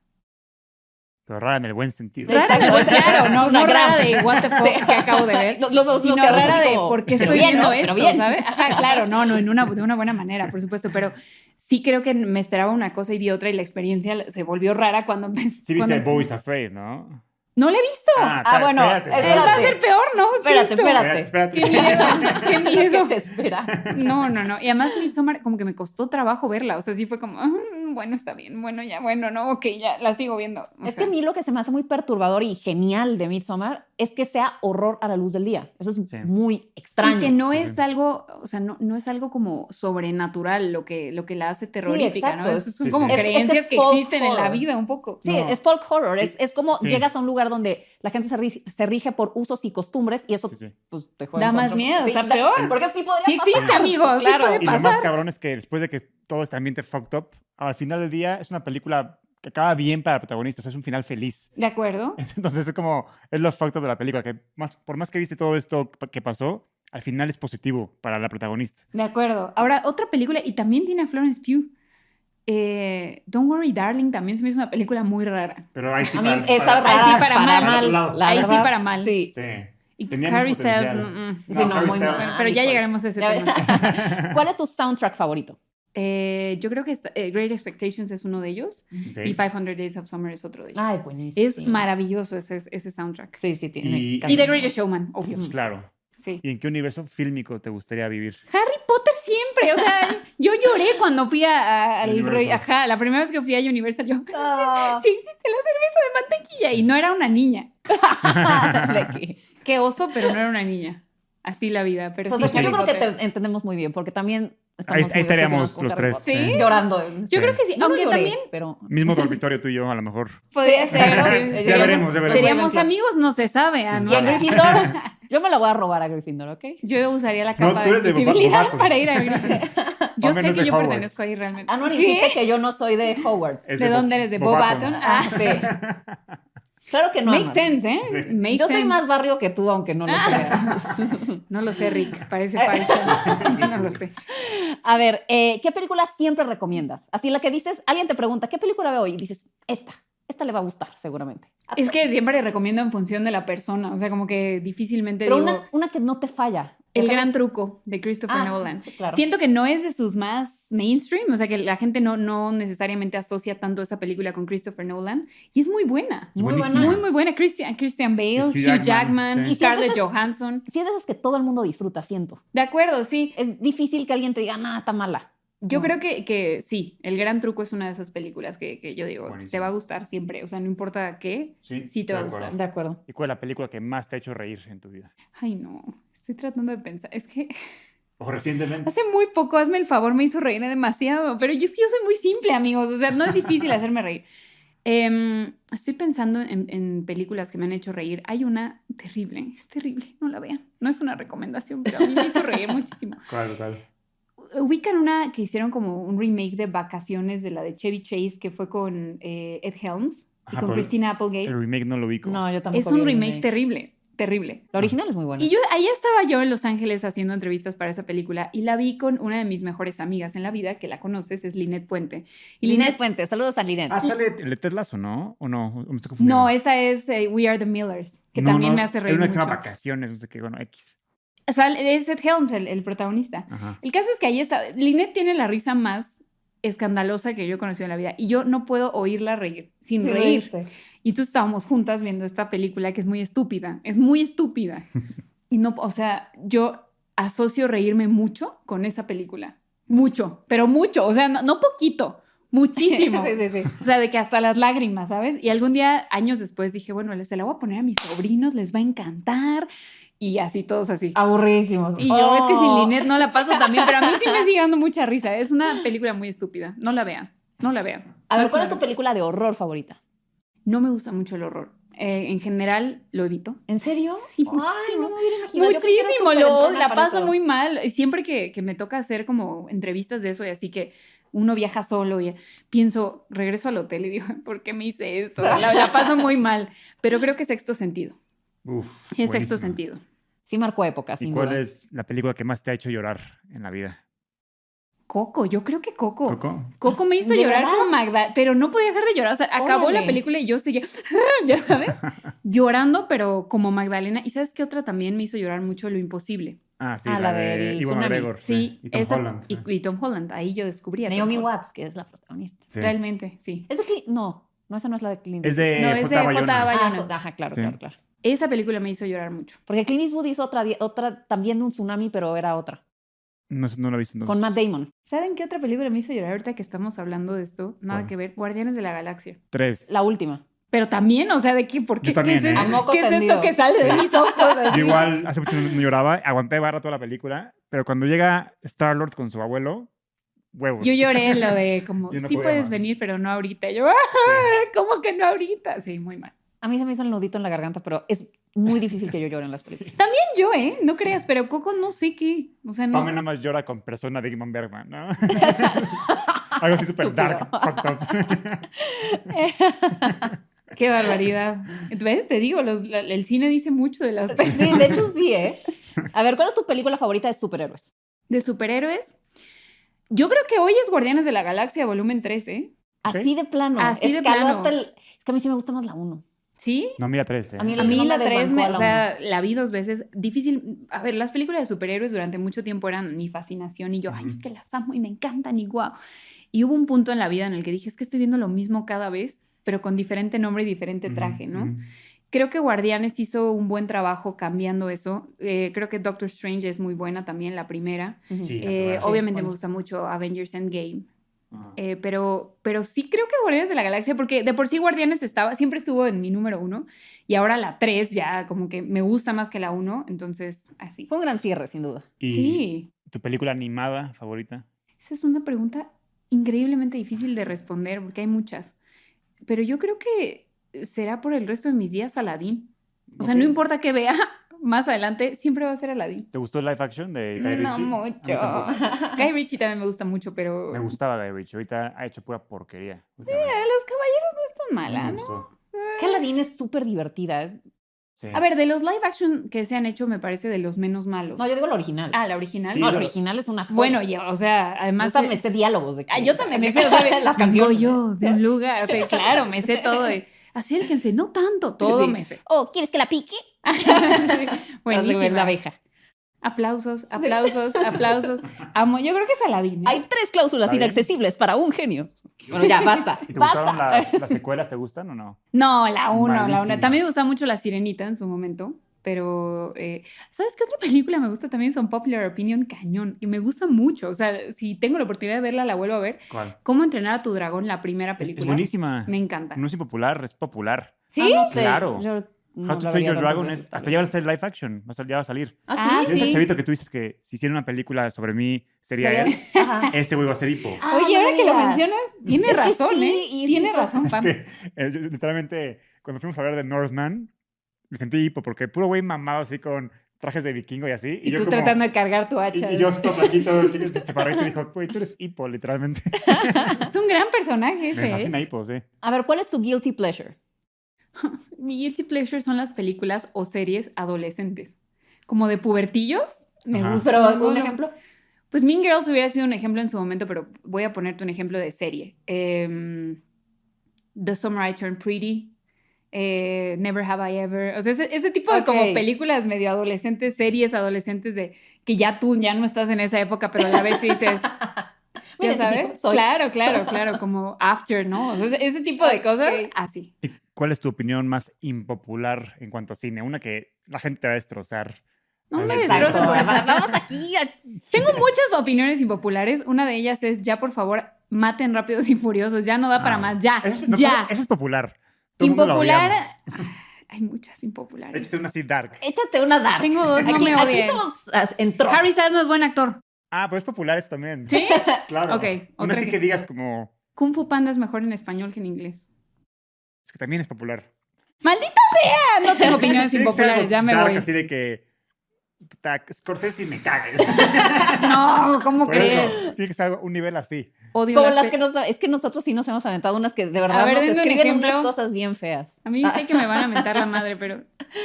Speaker 3: Pero rara en el buen sentido.
Speaker 1: Exacto.
Speaker 2: Rara, de- pues, claro, no,
Speaker 1: Una
Speaker 2: no
Speaker 1: gran-
Speaker 2: rara de what the fuck que acabo de ver.
Speaker 1: Los- los dos
Speaker 2: sino
Speaker 1: nos quedamos
Speaker 2: rara
Speaker 1: así
Speaker 2: de
Speaker 1: como,
Speaker 2: por qué
Speaker 1: pero
Speaker 2: estoy
Speaker 1: bien,
Speaker 2: viendo
Speaker 1: ¿no? Pero
Speaker 2: esto,
Speaker 1: bien.
Speaker 2: ¿sabes? Ajá, claro, no, no, en una, de una buena manera, por supuesto, pero sí creo que me esperaba una cosa y vi otra y la experiencia se volvió rara cuando empecé.
Speaker 3: Sí viste
Speaker 2: cuando-
Speaker 3: Boys Afraid, ¿no?
Speaker 2: No la he visto.
Speaker 1: Ah, bueno,
Speaker 2: Pero va a
Speaker 1: Espérate.
Speaker 2: ser peor, ¿no?
Speaker 1: Espérate,
Speaker 2: Cristo.
Speaker 1: espérate.
Speaker 3: espérate.
Speaker 2: Qué miedo, qué
Speaker 1: ¿Qué
Speaker 2: miedo.
Speaker 1: te espera?
Speaker 2: No, no, no. Y además Midsommar como que me costó trabajo verla. O sea, sí fue como, "Ah, bueno, está bien, bueno, ya, bueno, no, ok, ya, la sigo viendo. O
Speaker 1: Es que
Speaker 2: sea,
Speaker 1: a mí lo que se me hace muy perturbador y genial de Midsommar es que sea horror a la luz del día. Eso es
Speaker 3: Sí.
Speaker 1: muy
Speaker 2: y
Speaker 1: extraño.
Speaker 2: que no
Speaker 3: Sí,
Speaker 2: es
Speaker 3: sí.
Speaker 2: algo, o sea, no, no es algo como sobrenatural lo que, lo que la hace terrorífica, ¿no?
Speaker 1: exacto.
Speaker 2: Es- Son
Speaker 3: Sí,
Speaker 2: como
Speaker 3: sí. Es-
Speaker 1: este es
Speaker 2: creencias que
Speaker 1: folk
Speaker 2: existen en la
Speaker 1: horror.
Speaker 2: vida un poco.
Speaker 1: Sí,
Speaker 3: No.
Speaker 1: es folk horror. Es, es como
Speaker 3: Sí.
Speaker 1: llegas a un lugar donde la gente se, ri- se rige por usos y costumbres y eso
Speaker 3: Sí, sí.
Speaker 1: pues, te juega.
Speaker 2: Da
Speaker 1: en
Speaker 2: más
Speaker 1: contra.
Speaker 2: miedo, está
Speaker 1: da-
Speaker 2: peor.
Speaker 1: Porque sí podría
Speaker 2: Sí existe,
Speaker 1: pasar.
Speaker 2: amigos, sí
Speaker 1: Claro.
Speaker 2: puede
Speaker 3: Y lo más cabrón es que después de que todo este ambiente fucked up, al final del día es una película que acaba bien para el protagonista, o sea, es un final feliz.
Speaker 2: ¿De acuerdo?
Speaker 3: Entonces es como, es lo fucked up de la película, que más, por más que viste todo esto que pa- que pasó, al final es positivo para la protagonista.
Speaker 2: De acuerdo. Ahora, otra película, y también tiene a Florence Pugh. Eh, Don't Worry Darling también se me hizo una película muy rara.
Speaker 3: Pero ahí sí
Speaker 1: A mí esa
Speaker 2: para- ahí sí para mal.
Speaker 3: lado.
Speaker 1: la
Speaker 2: Ahí sí
Speaker 1: verdad,
Speaker 2: para mal.
Speaker 1: Sí.
Speaker 2: Y
Speaker 3: Tenía
Speaker 2: Harry
Speaker 3: mucho
Speaker 2: Styles,
Speaker 3: potencial.
Speaker 2: mm, mm.
Speaker 1: Sí, no, muy
Speaker 3: Harry Styles.
Speaker 2: Bueno,
Speaker 1: mal.
Speaker 2: pero ya
Speaker 1: Híjole.
Speaker 2: llegaremos a ese
Speaker 1: Ya-
Speaker 2: tema.
Speaker 1: ¿Cuál es tu soundtrack favorito?
Speaker 2: Eh, yo creo que esta- eh, Great Expectations es uno de ellos
Speaker 3: Ok.
Speaker 2: y 500 Days of Summer es otro de ellos.
Speaker 1: Ay, buenísimo.
Speaker 2: es maravilloso ese, ese soundtrack.
Speaker 1: Sí, sí, tiene.
Speaker 3: Y-
Speaker 2: Y
Speaker 1: canciones.
Speaker 2: The Greatest Showman, obvio.
Speaker 3: Pues claro.
Speaker 2: Sí.
Speaker 3: ¿Y en qué universo fílmico te gustaría vivir?
Speaker 2: Harry Potter siempre, o sea, yo lloré cuando fui a, a- al
Speaker 3: Universal.
Speaker 2: rey- ajá, la primera vez que fui a Universal, yo,
Speaker 1: Ah,
Speaker 2: sí existe la cerveza de mantequilla y no era una niña.
Speaker 1: de que-
Speaker 2: Qué oso, pero no era una niña. Así la vida, pero
Speaker 1: Pues
Speaker 2: sí,
Speaker 1: o sea,
Speaker 2: Harry
Speaker 1: yo creo que
Speaker 2: Potter.
Speaker 1: te entendemos muy bien, porque también estamos
Speaker 3: Ahí,
Speaker 1: muy
Speaker 3: ahí estaríamos
Speaker 1: obsesionados con
Speaker 3: los
Speaker 1: Harry
Speaker 3: tres.
Speaker 1: Potter.
Speaker 2: Sí.
Speaker 3: sí.
Speaker 1: Llorando.
Speaker 2: Yo creo que sí,
Speaker 1: Yo no
Speaker 2: aunque
Speaker 1: lloré,
Speaker 2: también
Speaker 1: pero
Speaker 3: Mismo dormitorio tú y yo, a lo mejor.
Speaker 2: podría ser.
Speaker 1: Ya
Speaker 2: ¿no?
Speaker 3: veremos, ya veremos.
Speaker 2: Seríamos amigos, no se sabe. ah,
Speaker 3: Pues
Speaker 2: ¿no?
Speaker 1: ¿Y en Gryffindor? Yo me la voy a robar a Gryffindor, ¿ok?
Speaker 2: Yo usaría la
Speaker 3: No,
Speaker 2: capa
Speaker 3: tú
Speaker 2: de
Speaker 3: eres de
Speaker 2: invisibilidad
Speaker 3: Hogwarts.
Speaker 2: para ir a Gryffindor. Yo sé
Speaker 3: menos
Speaker 2: que
Speaker 3: de
Speaker 2: yo
Speaker 3: Hogwarts.
Speaker 2: pertenezco ahí realmente.
Speaker 1: Ah, no,
Speaker 2: ¿Qué?
Speaker 1: dijiste que yo no soy de Hogwarts.
Speaker 3: Es
Speaker 2: ¿De
Speaker 3: Bo-
Speaker 2: dónde eres? ¿De Bobaton?
Speaker 1: Ah,
Speaker 2: Ah,
Speaker 1: sí. Claro que no.
Speaker 2: Make
Speaker 1: Amanda.
Speaker 2: sense, ¿eh?
Speaker 3: Sí.
Speaker 2: Make
Speaker 1: Yo soy
Speaker 2: sense.
Speaker 1: más barrio que tú, aunque no lo
Speaker 2: Ah.
Speaker 1: creas.
Speaker 2: No lo sé, Rick.
Speaker 1: Eh,
Speaker 2: Parece falso. no lo sé.
Speaker 1: A ver, eh, ¿qué película siempre recomiendas? Así la que dices, alguien te pregunta, ¿qué película veo hoy? Y dices, esta, esta le va a gustar, seguramente.
Speaker 2: Es que siempre recomiendo en función de la persona. O sea, como que difícilmente
Speaker 1: Pero
Speaker 2: digo...
Speaker 1: una, una que no te falla.
Speaker 2: El
Speaker 1: Esa-
Speaker 2: gran truco de Christopher
Speaker 1: Ah,
Speaker 2: Nolan.
Speaker 1: sí, claro.
Speaker 2: Siento que no es de sus más mainstream, o sea que la gente no, no necesariamente asocia tanto esa película con Christopher Nolan y es muy buena.
Speaker 1: Muy buena.
Speaker 3: Buenísima.
Speaker 2: Muy, muy buena. Christian, Christian Bale,
Speaker 3: Hugh
Speaker 2: Hugh
Speaker 3: Jackman,
Speaker 2: Jackman,
Speaker 3: sí.
Speaker 1: Y
Speaker 2: Scarlett
Speaker 1: siento
Speaker 2: Johansson.
Speaker 1: Sí, es de esas que todo el mundo disfruta, siento.
Speaker 2: De acuerdo, sí.
Speaker 1: Es difícil que alguien te diga, no, está mala.
Speaker 2: Yo
Speaker 1: Mm.
Speaker 2: creo que, que sí, El Gran Truco es una de esas películas que, que yo digo, te
Speaker 3: Buenísimo.
Speaker 2: va a gustar siempre, o sea, no importa qué, sí te va a
Speaker 3: de acuerdo.
Speaker 2: gustar.
Speaker 1: De acuerdo.
Speaker 3: ¿Y cuál es la película que más te ha hecho reír en tu vida?
Speaker 2: Ay, no, estoy tratando de pensar, es que
Speaker 3: O recientemente.
Speaker 2: Hace muy poco, hazme el favor, me hizo reír demasiado. Pero yo es que yo soy muy simple, amigos. O sea, no es difícil hacerme reír. Em, estoy pensando en, en películas que me han hecho reír. Hay una terrible, es terrible, no la vean. No es una recomendación, pero a mí me hizo reír muchísimo.
Speaker 3: ¿Cuál, cuál?
Speaker 2: Ubican una que hicieron como un remake de Vacaciones de la de Chevy Chase, que fue con eh, Ed Helms y
Speaker 3: Ajá,
Speaker 2: con
Speaker 3: pero el-
Speaker 2: Christina Applegate.
Speaker 3: El remake no lo ubico.
Speaker 1: No, yo tampoco.
Speaker 2: Es un
Speaker 1: vi el
Speaker 2: remake terrible, terrible.
Speaker 1: La original es muy buena.
Speaker 2: Y yo, ahí estaba yo en Los Ángeles haciendo entrevistas para esa película y la vi con una de mis mejores amigas en la vida, que la conoces, es Linet Puente. Y
Speaker 1: Linet
Speaker 2: Linet
Speaker 1: Puente, saludos a Linet.
Speaker 3: Ah, sale el de Ted Lasso, ¿no? ¿O no? ¿O me estoy confundiendo?
Speaker 2: No, esa es eh, We Are the Millers, que
Speaker 3: No,
Speaker 2: también
Speaker 3: no,
Speaker 2: me hace
Speaker 3: Hay
Speaker 2: reír.
Speaker 3: una que se
Speaker 2: Mucho.
Speaker 3: llama Vacaciones, no sé qué, bueno, X.
Speaker 2: O sea, es Ed Helms, el, el protagonista.
Speaker 3: Ajá.
Speaker 2: El caso es que ahí está. Linet tiene la risa más escandalosa que yo he conocido en la vida y yo no puedo oírla reír, sin
Speaker 1: Sí,
Speaker 2: reír.
Speaker 1: reírte.
Speaker 2: Y tú estábamos juntas viendo esta película que es muy estúpida, es muy estúpida. Y no, o sea, yo asocio reírme mucho con esa película. Mucho, pero mucho, o sea, no, no poquito, muchísimo.
Speaker 1: sí, sí, sí.
Speaker 2: O sea, de que hasta las lágrimas, ¿sabes? Y algún día, años después, dije, bueno, se la voy a poner a mis sobrinos, les va a encantar. Y así, todos así.
Speaker 1: Aburridísimos.
Speaker 2: Y yo, es que sin
Speaker 1: Ah, Oh.
Speaker 2: Linet no la paso también, pero a mí sí me sigue dando mucha risa. Es una película muy estúpida. No la vean, no la vean.
Speaker 1: A
Speaker 2: No
Speaker 1: ver, ¿cuál es
Speaker 2: una-
Speaker 1: tu película de horror favorita?
Speaker 2: No me gusta mucho el horror. Eh, en general, lo evito.
Speaker 1: ¿En serio?
Speaker 2: Sí,
Speaker 1: Ay,
Speaker 2: muchísimo.
Speaker 1: no me hubiera imaginado. Yo creí que eras
Speaker 2: Muchísimo,
Speaker 1: súper
Speaker 2: lo
Speaker 1: entrona
Speaker 2: la
Speaker 1: para
Speaker 2: paso
Speaker 1: eso.
Speaker 2: muy mal. Y Siempre que, que me toca hacer como entrevistas de eso y así que uno viaja solo y pienso, regreso al hotel y digo, ¿por qué me hice esto? La, la paso muy mal, pero creo que es sexto sentido.
Speaker 3: Uf.
Speaker 2: Es sexto
Speaker 3: buenísima.
Speaker 2: sentido.
Speaker 1: Sí marcó época,
Speaker 3: ¿Y
Speaker 1: sin
Speaker 3: cuál
Speaker 1: duda.
Speaker 3: es la película que más te ha hecho llorar en la vida?
Speaker 2: Coco, yo creo que Coco. Coco,
Speaker 3: ¿Coco?
Speaker 2: me hizo
Speaker 1: ¿De
Speaker 2: llorar
Speaker 1: verdad?
Speaker 2: con Magda, pero no podía dejar de llorar. O sea, acabó la
Speaker 1: Órale.
Speaker 2: película y yo seguía, ya sabes, llorando, pero como Magdalena. ¿Y sabes qué otra también me hizo llorar mucho? Lo imposible.
Speaker 3: Ah, sí,
Speaker 1: Ah,
Speaker 3: la,
Speaker 1: la
Speaker 3: de
Speaker 1: del
Speaker 3: Iwan
Speaker 1: tsunami.
Speaker 3: McGregor.
Speaker 2: Sí,
Speaker 3: Y Tom
Speaker 2: esa-
Speaker 3: Holland.
Speaker 2: Y, y Tom Holland, ahí yo descubrí. a Tom
Speaker 1: Naomi
Speaker 2: Holland.
Speaker 1: Watts, que es la protagonista.
Speaker 3: Sí.
Speaker 2: Realmente, sí.
Speaker 1: ¿Es de Clint? No, no, esa no es la de Clint
Speaker 3: Es de
Speaker 2: No, es de
Speaker 3: J. Bayona.
Speaker 2: J. Bayona.
Speaker 1: Ah, jo- ajá, claro,
Speaker 3: Sí.
Speaker 1: claro, claro.
Speaker 2: Esa película me hizo llorar mucho.
Speaker 1: Porque Clint Eastwood hizo otra, vi- otra también de un tsunami, pero era otra.
Speaker 3: No, sé, no la he visto entonces.
Speaker 1: Con Matt Damon.
Speaker 2: ¿Saben qué otra película me hizo llorar ahorita que estamos hablando de esto? Nada
Speaker 3: ¿Cuál?
Speaker 2: que ver. Guardianes de la Galaxia.
Speaker 3: Tres.
Speaker 1: La última.
Speaker 2: Pero también, o sea, ¿de qué? ¿Por
Speaker 3: Yo
Speaker 2: qué?
Speaker 3: también,
Speaker 2: ¿Qué es,
Speaker 3: ¿eh?
Speaker 1: A
Speaker 2: esto-
Speaker 1: moco
Speaker 2: qué es esto
Speaker 1: tendido.
Speaker 2: que sale de
Speaker 1: Sí.
Speaker 2: mis ojos? así?
Speaker 3: Yo igual hace mucho no no lloraba, aguanté barra toda la película, pero cuando llega Star-Lord con su abuelo, huevos.
Speaker 2: Yo lloré lo de como,
Speaker 3: pues. Yo no
Speaker 2: sí
Speaker 3: podía
Speaker 2: puedes
Speaker 3: más.
Speaker 2: venir, pero no ahorita. Yo, ¡ah! ¿Cómo que no ahorita? Sí, muy mal.
Speaker 1: A mí se me hizo el nudito en la garganta, pero es muy difícil que yo llore en las películas.
Speaker 2: Yo, ¿eh? No creas, pero Coco no sé qué. O sea, no.
Speaker 3: Pame nada más llora con persona de Ingmar Bergman, ¿no? Algo así súper dark, fucked up.
Speaker 2: Qué barbaridad. ¿Ves? Te digo, los- la- el cine dice mucho de las
Speaker 1: Sí, de hecho sí, ¿eh? A ver, ¿cuál es tu película favorita de superhéroes?
Speaker 2: de superhéroes. Yo creo que hoy es Guardianes de la Galaxia volumen 3, ¿eh?
Speaker 1: Así de plano.
Speaker 2: Así de
Speaker 1: Escaló
Speaker 2: plano.
Speaker 1: hasta el- Es que a mí sí me gusta más la uno.
Speaker 2: ¿Sí?
Speaker 3: No, mira tres, ¿eh?
Speaker 1: A mí
Speaker 2: A
Speaker 1: No
Speaker 2: mí
Speaker 1: me
Speaker 2: la 3, me,
Speaker 1: desbancó
Speaker 2: o
Speaker 1: la
Speaker 2: sea, la vi dos veces. Difícil. A ver, las películas de superhéroes durante mucho tiempo eran mi fascinación y yo, ay, es
Speaker 3: Ujú.
Speaker 2: que las amo y me encantan y guau. Y hubo un punto en la vida en el que dije, es que estoy viendo lo mismo cada vez, pero con diferente nombre y diferente
Speaker 3: Ujú,
Speaker 2: traje, ¿no?
Speaker 3: ujú.
Speaker 2: Creo que Guardianes hizo un buen trabajo cambiando eso. Eh, creo que Doctor Strange es muy buena también, la primera.
Speaker 1: Ujú.
Speaker 3: Sí, la
Speaker 2: Eh,
Speaker 3: primera.
Speaker 2: obviamente me
Speaker 1: buenísimo.
Speaker 2: gusta mucho Avengers Endgame.
Speaker 3: Ajá.
Speaker 2: Eh, pero, pero sí creo que Guardianes de la Galaxia, porque de por sí Guardianes estaba, siempre estuvo en mi número uno, y ahora la tres ya como que me gusta más que la uno, entonces así.
Speaker 1: Fue un gran cierre, sin duda.
Speaker 3: ¿Y
Speaker 2: Sí,
Speaker 3: tu película animada favorita?
Speaker 2: esa es una pregunta increíblemente difícil de responder, porque hay muchas. Pero yo creo que será por el resto de mis días Aladín. O sea,
Speaker 3: Ok.
Speaker 2: no importa qué vea, más adelante siempre va a ser Aladdin.
Speaker 3: ¿Te gustó el live action de Guy
Speaker 2: No
Speaker 3: Ritchie?
Speaker 2: mucho.
Speaker 3: A mí
Speaker 2: Guy Ritchie también me gusta mucho, pero
Speaker 3: Me gustaba Guy Ritchie. Ahorita ha hecho pura porquería. últimamente.
Speaker 2: Eh, Los Caballeros no es tan
Speaker 3: No
Speaker 2: mala,
Speaker 3: me
Speaker 2: ¿no? Eh,
Speaker 3: gustó.
Speaker 1: Es que Aladdin es súper divertida. ¿eh?
Speaker 3: Sí.
Speaker 2: A ver, de los live action que se han hecho, me parece de los menos malos.
Speaker 1: No, yo digo la original.
Speaker 2: Ah, la original.
Speaker 3: Sí,
Speaker 1: no, la
Speaker 3: yo-
Speaker 1: original es una joya.
Speaker 2: Bueno, ya, o sea, además.
Speaker 1: Yo también me sé diálogos de
Speaker 2: Ah, yo también me
Speaker 1: sé
Speaker 2: sé, o sea,
Speaker 1: las
Speaker 2: vengo
Speaker 1: canciones.
Speaker 2: yo de un lugar, o sea, claro, me sé todo. de, acérquense, no tanto, todo
Speaker 1: Sí.
Speaker 2: me sé.
Speaker 1: Oh, ¿quieres que la pique?
Speaker 2: Buenísima.
Speaker 1: La abeja.
Speaker 2: Aplausos, aplausos, aplausos. Amo, yo creo que es Aladín. ¿eh?
Speaker 1: Hay tres cláusulas
Speaker 3: Está bien.
Speaker 1: inaccesibles para un genio. Bueno, ya, basta.
Speaker 3: ¿Y te
Speaker 1: basta.
Speaker 3: gustaron las, las secuelas? ¿Te gustan o no?
Speaker 2: No, la uno, la uno.
Speaker 3: Malísimas.
Speaker 2: También me gusta mucho La Sirenita en su momento, pero eh, ¿sabes qué otra película me gusta también? Son Popular Opinion Cañón, y me gusta mucho. O sea, si tengo la oportunidad de verla, la vuelvo a ver.
Speaker 3: ¿Cuál?
Speaker 2: ¿Cómo entrenar a tu dragón? La primera
Speaker 3: Es,
Speaker 2: película.
Speaker 3: buenísima.
Speaker 2: Me encanta.
Speaker 3: No es impopular, es popular.
Speaker 1: ¿Sí?
Speaker 2: Ah, no
Speaker 3: sé. Claro.
Speaker 1: Yo no
Speaker 3: How
Speaker 1: la
Speaker 3: to Train
Speaker 1: vería
Speaker 3: Your
Speaker 1: tantas
Speaker 3: Dragon
Speaker 1: veces.
Speaker 3: es, hasta ya va a ser live action, o sea, ya va a salir.
Speaker 1: ¿Ah,
Speaker 3: Y
Speaker 1: sí?
Speaker 2: Ah,
Speaker 3: ese
Speaker 2: sí.
Speaker 3: chavito que tú dices que si hiciera una película sobre mí sería
Speaker 2: Sería-
Speaker 3: él,
Speaker 1: Ajá.
Speaker 3: este güey va a ser hipo.
Speaker 1: Ah,
Speaker 2: Oye,
Speaker 1: no
Speaker 2: ahora que lo
Speaker 1: digas.
Speaker 2: mencionas, tiene
Speaker 1: Es que
Speaker 2: razón,
Speaker 1: sí,
Speaker 2: ¿eh?
Speaker 1: y-
Speaker 2: Tiene razón,
Speaker 3: Es
Speaker 2: Pam.
Speaker 3: que eh, yo- yo literalmente cuando fuimos a hablar de Northman me sentí hipo porque puro güey mamado así con trajes de vikingo y así.
Speaker 2: Y,
Speaker 3: yo
Speaker 2: tú
Speaker 3: como-
Speaker 2: tratando de cargar tu
Speaker 3: y-
Speaker 2: hacha.
Speaker 3: y yo así todo flaquito, chico, chaparrito, y dijo, güey, tú eres hipo, literalmente.
Speaker 2: Es un gran personaje ese.
Speaker 3: Me
Speaker 2: ¿eh?
Speaker 3: fascina hipo, sí.
Speaker 1: A ver, ¿cuál es tu guilty pleasure?
Speaker 2: Mi guilty pleasure son las películas o series adolescentes. Como de pubertillos, me
Speaker 3: Ajá.
Speaker 2: gusta.
Speaker 1: Pero,
Speaker 2: No,
Speaker 1: ¿un
Speaker 2: no.
Speaker 1: ejemplo?
Speaker 2: Pues Mean Girls hubiera sido un ejemplo en su momento, pero voy a ponerte un ejemplo de serie. Em, The Summer I Turned Pretty, eh, Never Have I Ever. O sea, ese, ese tipo de como
Speaker 1: Ok.
Speaker 2: películas medio adolescentes, series adolescentes de que ya tú ya no estás en esa época, pero a la vez dices,
Speaker 1: Me
Speaker 2: ya
Speaker 1: identifico,
Speaker 2: sabes.
Speaker 1: soy.
Speaker 2: Claro, claro, claro, como After, ¿no? O sea, ese, ese tipo de cosas,
Speaker 1: Ok.
Speaker 2: así.
Speaker 3: ¿Y cuál es tu opinión más impopular en cuanto a cine? Una que la gente te va a destrozar.
Speaker 2: No me
Speaker 3: Exacto.
Speaker 2: destrozas, por favor.
Speaker 1: Vamos aquí a
Speaker 2: Tengo muchas opiniones impopulares. Una de ellas es, ya por favor, maten rápidos y furiosos. Ya no da para
Speaker 3: Ah,
Speaker 2: más. Ya,
Speaker 3: Eso es, no,
Speaker 2: ya.
Speaker 3: eso es popular. Todo el mundo la
Speaker 2: Impopular. Eh,
Speaker 3: odiamos.
Speaker 2: Hay muchas impopulares.
Speaker 3: Échate una así dark.
Speaker 1: Échate una dark.
Speaker 2: Tengo dos, no
Speaker 1: aquí,
Speaker 2: me
Speaker 1: aquí
Speaker 2: odien.
Speaker 1: somos as- en tro-
Speaker 2: Harry Styles no es buen actor.
Speaker 3: Ah, pero es popular eso también.
Speaker 2: ¿Sí?
Speaker 3: Claro.
Speaker 2: Ok,
Speaker 3: Una
Speaker 2: otra
Speaker 3: así
Speaker 2: que-
Speaker 3: que digas como,
Speaker 2: Kung Fu Panda es mejor en español que en inglés.
Speaker 3: es que también es popular.
Speaker 2: ¡Maldita sea! No tengo opiniones
Speaker 3: Tiene que ser algo
Speaker 2: impopulares, ya me
Speaker 3: dark,
Speaker 2: voy.
Speaker 3: así de que, puta, Scorsese me cagas.
Speaker 2: No, ¿cómo
Speaker 3: Por
Speaker 2: crees?
Speaker 3: eso, tiene que ser algo, un nivel así.
Speaker 2: Odio
Speaker 1: Como
Speaker 2: las
Speaker 1: las
Speaker 2: pe-
Speaker 1: que nos, es que nosotros sí nos hemos aventado unas que de verdad
Speaker 2: ver,
Speaker 1: nos
Speaker 2: denme un
Speaker 1: escriben
Speaker 2: ejemplo.
Speaker 1: unas cosas bien feas.
Speaker 2: A mí sé que me van a mentar la madre, pero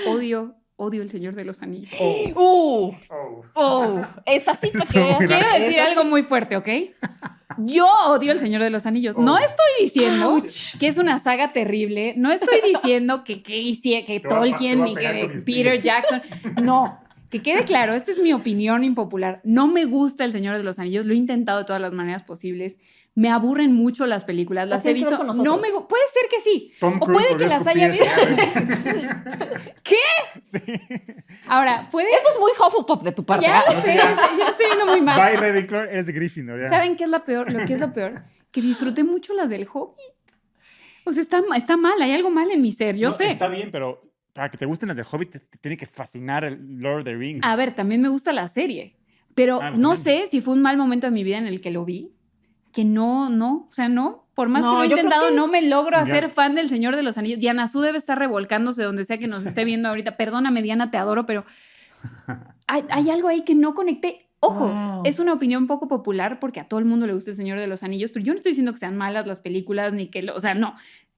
Speaker 2: odio, odio El Señor de los Anillos.
Speaker 3: Oh,
Speaker 1: ¡Uh!
Speaker 3: oh.
Speaker 1: ¡Oh! Es así para que
Speaker 3: Estuvo muy
Speaker 1: veas.
Speaker 3: raro.
Speaker 2: Quiero
Speaker 1: Esas-
Speaker 2: decir algo muy fuerte, ¿ok? Yo odio El Señor de los Anillos. No
Speaker 3: Oh.
Speaker 2: estoy diciendo
Speaker 1: Ouch.
Speaker 2: que es una saga terrible. No estoy diciendo que, que, hici- que
Speaker 3: Te voy a pa- te
Speaker 2: Tolkien
Speaker 3: voy a
Speaker 2: ni
Speaker 3: pegar
Speaker 2: que
Speaker 3: con mis
Speaker 2: Peter
Speaker 3: uñas.
Speaker 2: Jackson. No. Que quede claro, esta es mi opinión impopular. No me gusta El Señor de los Anillos. Lo he intentado de todas las maneras posibles. Me aburren mucho las películas.
Speaker 1: Las
Speaker 2: Las he
Speaker 1: tienes que ver
Speaker 2: visto.
Speaker 1: con
Speaker 2: No
Speaker 1: nosotros.
Speaker 2: me gu- puede ser que sí.
Speaker 3: Tom
Speaker 2: O
Speaker 3: Cruise
Speaker 2: puede
Speaker 3: volvió a
Speaker 2: que
Speaker 3: este
Speaker 2: las haya
Speaker 3: escupir ese aire. sí.
Speaker 2: Ahora, puede.
Speaker 1: Eso es muy Hufflepuff de tu parte.
Speaker 2: ya
Speaker 1: ¿ah?
Speaker 2: lo sé. Ya estoy viendo muy mal.
Speaker 3: Bye, Ravenclaw, eres de Gryffindor. ya.
Speaker 2: ¿Saben qué es la peor? Lo que es lo peor, que disfruté mucho las del hobby. O sea, está, está mal, hay algo mal en mi ser, yo
Speaker 3: No,
Speaker 2: sé.
Speaker 3: Está bien, pero para que te gusten las de Hobbit, te, te tiene que fascinar el Lord of the Rings.
Speaker 2: A ver, también me gusta la serie, pero
Speaker 3: Ah, pues
Speaker 2: no
Speaker 3: también.
Speaker 2: sé si fue un mal momento de mi vida en el que lo vi, que no, no, o sea, no, por más
Speaker 1: No,
Speaker 2: que lo he
Speaker 1: yo creo
Speaker 2: intentado,
Speaker 1: que-
Speaker 2: no me logro
Speaker 3: Ya.
Speaker 2: hacer fan del Señor de los Anillos. Diana, Su debe estar revolcándose donde sea que nos esté viendo ahorita. Perdóname, Diana, te adoro, pero hay, hay algo ahí que no conecté. Ojo,
Speaker 1: Wow.
Speaker 2: es una opinión poco popular porque a todo el mundo le gusta El Señor de los Anillos, pero yo no estoy diciendo que sean malas las películas ni que, lo- o sea, no.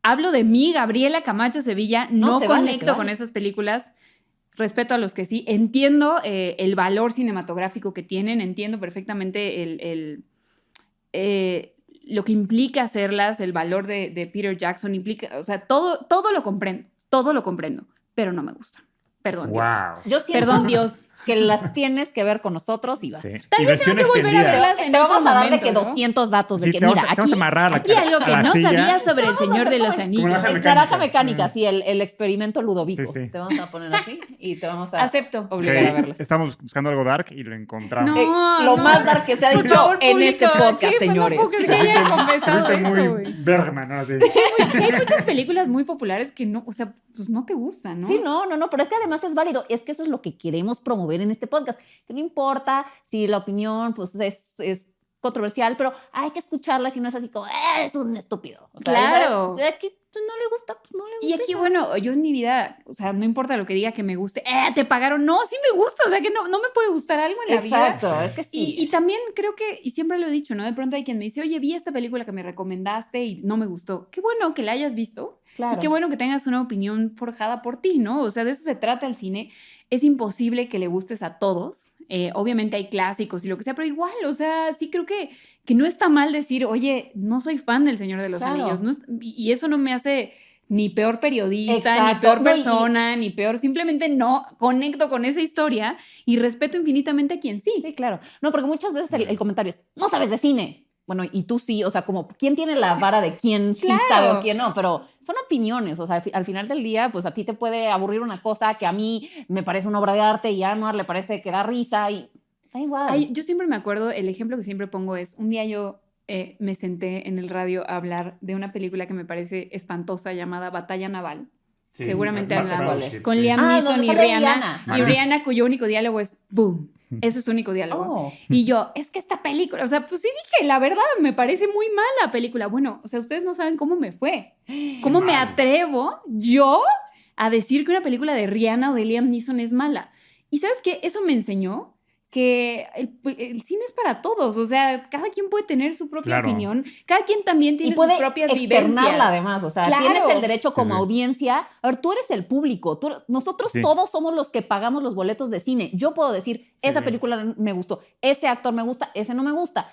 Speaker 2: Hablo de mí, Gabriela Camacho Sevilla,
Speaker 1: No,
Speaker 2: no,
Speaker 1: se vale,
Speaker 2: conecto
Speaker 1: se vale.
Speaker 2: con esas películas. Respeto a los que sí, entiendo eh, el valor cinematográfico que tienen, entiendo perfectamente el, el, eh, lo que implica hacerlas, el valor de, de Peter Jackson, implica, o sea, todo, todo lo comprendo, todo lo comprendo, pero no me gustan. Perdón. Dios.
Speaker 3: Wow.
Speaker 1: Yo siento
Speaker 2: Perdón, Dios.
Speaker 1: que las tienes que ver con nosotros y vas.
Speaker 3: Sí.
Speaker 2: Tal
Speaker 3: Y
Speaker 2: vez
Speaker 3: versión
Speaker 2: tengo que volver a
Speaker 3: extendida.
Speaker 2: verlas
Speaker 1: Te
Speaker 2: en
Speaker 1: vamos
Speaker 2: otro
Speaker 1: a dar de
Speaker 2: momento,
Speaker 1: que
Speaker 2: ¿no?
Speaker 1: 200 datos de
Speaker 3: Sí,
Speaker 1: que
Speaker 3: te vamos,
Speaker 1: mira,
Speaker 3: a- te
Speaker 1: aquí
Speaker 3: vamos a amarrar la Ah,
Speaker 2: Aquí algo
Speaker 3: a
Speaker 2: que
Speaker 3: la
Speaker 2: no
Speaker 3: silla.
Speaker 2: sabía sobre el Señor de los
Speaker 3: Como la
Speaker 2: Anillos.
Speaker 3: caja
Speaker 1: el
Speaker 3: mecánica.
Speaker 1: naranja mecánica,
Speaker 3: Mm.
Speaker 1: sí, el, el experimento Ludovico.
Speaker 3: Sí, sí.
Speaker 1: Te vamos a poner así y te vamos a
Speaker 2: Acepto.
Speaker 3: Ok,
Speaker 1: obligar a verlas.
Speaker 3: Estamos buscando algo dark y lo encontramos.
Speaker 2: No,
Speaker 1: Eh, lo
Speaker 2: no.
Speaker 1: más dark que se ha
Speaker 2: Por
Speaker 1: dicho
Speaker 2: favor,
Speaker 1: en
Speaker 2: público,
Speaker 1: este
Speaker 2: ¿qué?
Speaker 1: podcast,
Speaker 2: No
Speaker 1: señores.
Speaker 2: puedo creer que hayan
Speaker 3: Te
Speaker 2: confesado
Speaker 3: viste
Speaker 2: eso,
Speaker 3: muy
Speaker 2: güey.
Speaker 3: Bergman, ¿no? Así.
Speaker 2: Que Hay muchas películas muy populares que no, o sea, pues no te gustan, ¿no?
Speaker 1: Sí, no, no, no, pero es que además es válido. Es que eso es lo que queremos promover en este podcast. Que no importa si la opinión, pues, es, es controversial, pero hay que escucharla si no es así como, "Eh, es un estúpido. O sea,
Speaker 2: Claro.
Speaker 1: ¿sabes? Aquí pues, no le gusta, pues no le gusta.
Speaker 2: Y aquí, bueno, yo en mi vida, o sea, no importa lo que diga que me guste, ¡eh, te pagaron! No, sí me gusta, o sea, que no, no me puede gustar algo en la vida.
Speaker 1: Exacto, es que sí.
Speaker 2: Y, y también creo que, y siempre lo he dicho, ¿no? De pronto hay quien me dice, oye, vi esta película que me recomendaste y no me gustó. Qué bueno que la hayas visto
Speaker 1: claro.
Speaker 2: y qué bueno que tengas una opinión forjada por ti, ¿no? O sea, de eso se trata el cine. Es imposible que le gustes a todos. Eh, obviamente hay clásicos y lo que sea, pero igual, o sea, sí creo que, que no está mal decir, oye, no soy fan del Señor de los
Speaker 1: Claro.
Speaker 2: Anillos. no es- y y eso no me hace ni peor periodista,
Speaker 1: Exacto,
Speaker 2: ni peor
Speaker 1: no, y-
Speaker 2: persona, ni peor. Simplemente no conecto con esa historia y respeto infinitamente a quien sí.
Speaker 1: Sí, claro. No, porque muchas veces el, el comentario es, no sabes de cine. Bueno, y tú sí, o sea, como, ¿quién tiene la vara de quién sí sabe o
Speaker 2: Claro.
Speaker 1: quién no? Pero son opiniones, o sea, al, fi- al final del día, pues a ti te puede aburrir una cosa que a mí me parece una obra de arte y a Anuar le parece que da risa y da igual.
Speaker 2: Ay, yo siempre me acuerdo, el ejemplo que siempre pongo es, un día yo eh, me senté en el radio a hablar de una película que me parece espantosa llamada Batalla Naval,
Speaker 4: Sí,
Speaker 2: Seguramente
Speaker 4: más
Speaker 1: hablamos.
Speaker 4: Battleship,
Speaker 2: con
Speaker 4: sí.
Speaker 2: Liam
Speaker 1: Ah,
Speaker 2: Neeson
Speaker 1: donde
Speaker 2: y
Speaker 1: sale
Speaker 2: Rihanna.
Speaker 4: Rihanna.
Speaker 2: Y
Speaker 4: Ah.
Speaker 2: Rihanna cuyo único diálogo es boom. Eso es su único diálogo.
Speaker 1: Oh,
Speaker 2: Y yo, es que esta película, o sea, pues sí dije, la verdad, me parece muy mala película. Bueno, o sea, ustedes no saben cómo me fue. ¿Cómo me
Speaker 4: mal.
Speaker 2: atrevo yo a decir que una película de Rihanna o de Liam Neeson es mala? Y sabes qué, eso me enseñó que el, el cine es para todos, o sea, cada quien puede tener su propia
Speaker 4: Claro.
Speaker 2: opinión, cada quien también
Speaker 1: y
Speaker 2: tiene sus
Speaker 1: puede
Speaker 2: propias vivencias.
Speaker 1: externarla además, o sea,
Speaker 2: Claro.
Speaker 1: tienes el derecho
Speaker 4: Sí,
Speaker 1: como
Speaker 4: sí.
Speaker 1: audiencia. A ver, tú eres el público, tú- nosotros
Speaker 3: Sí.
Speaker 1: todos somos los que pagamos los boletos de cine. Yo puedo decir, esa
Speaker 4: Sí.
Speaker 1: película me gustó, ese actor me gusta, ese no me gusta.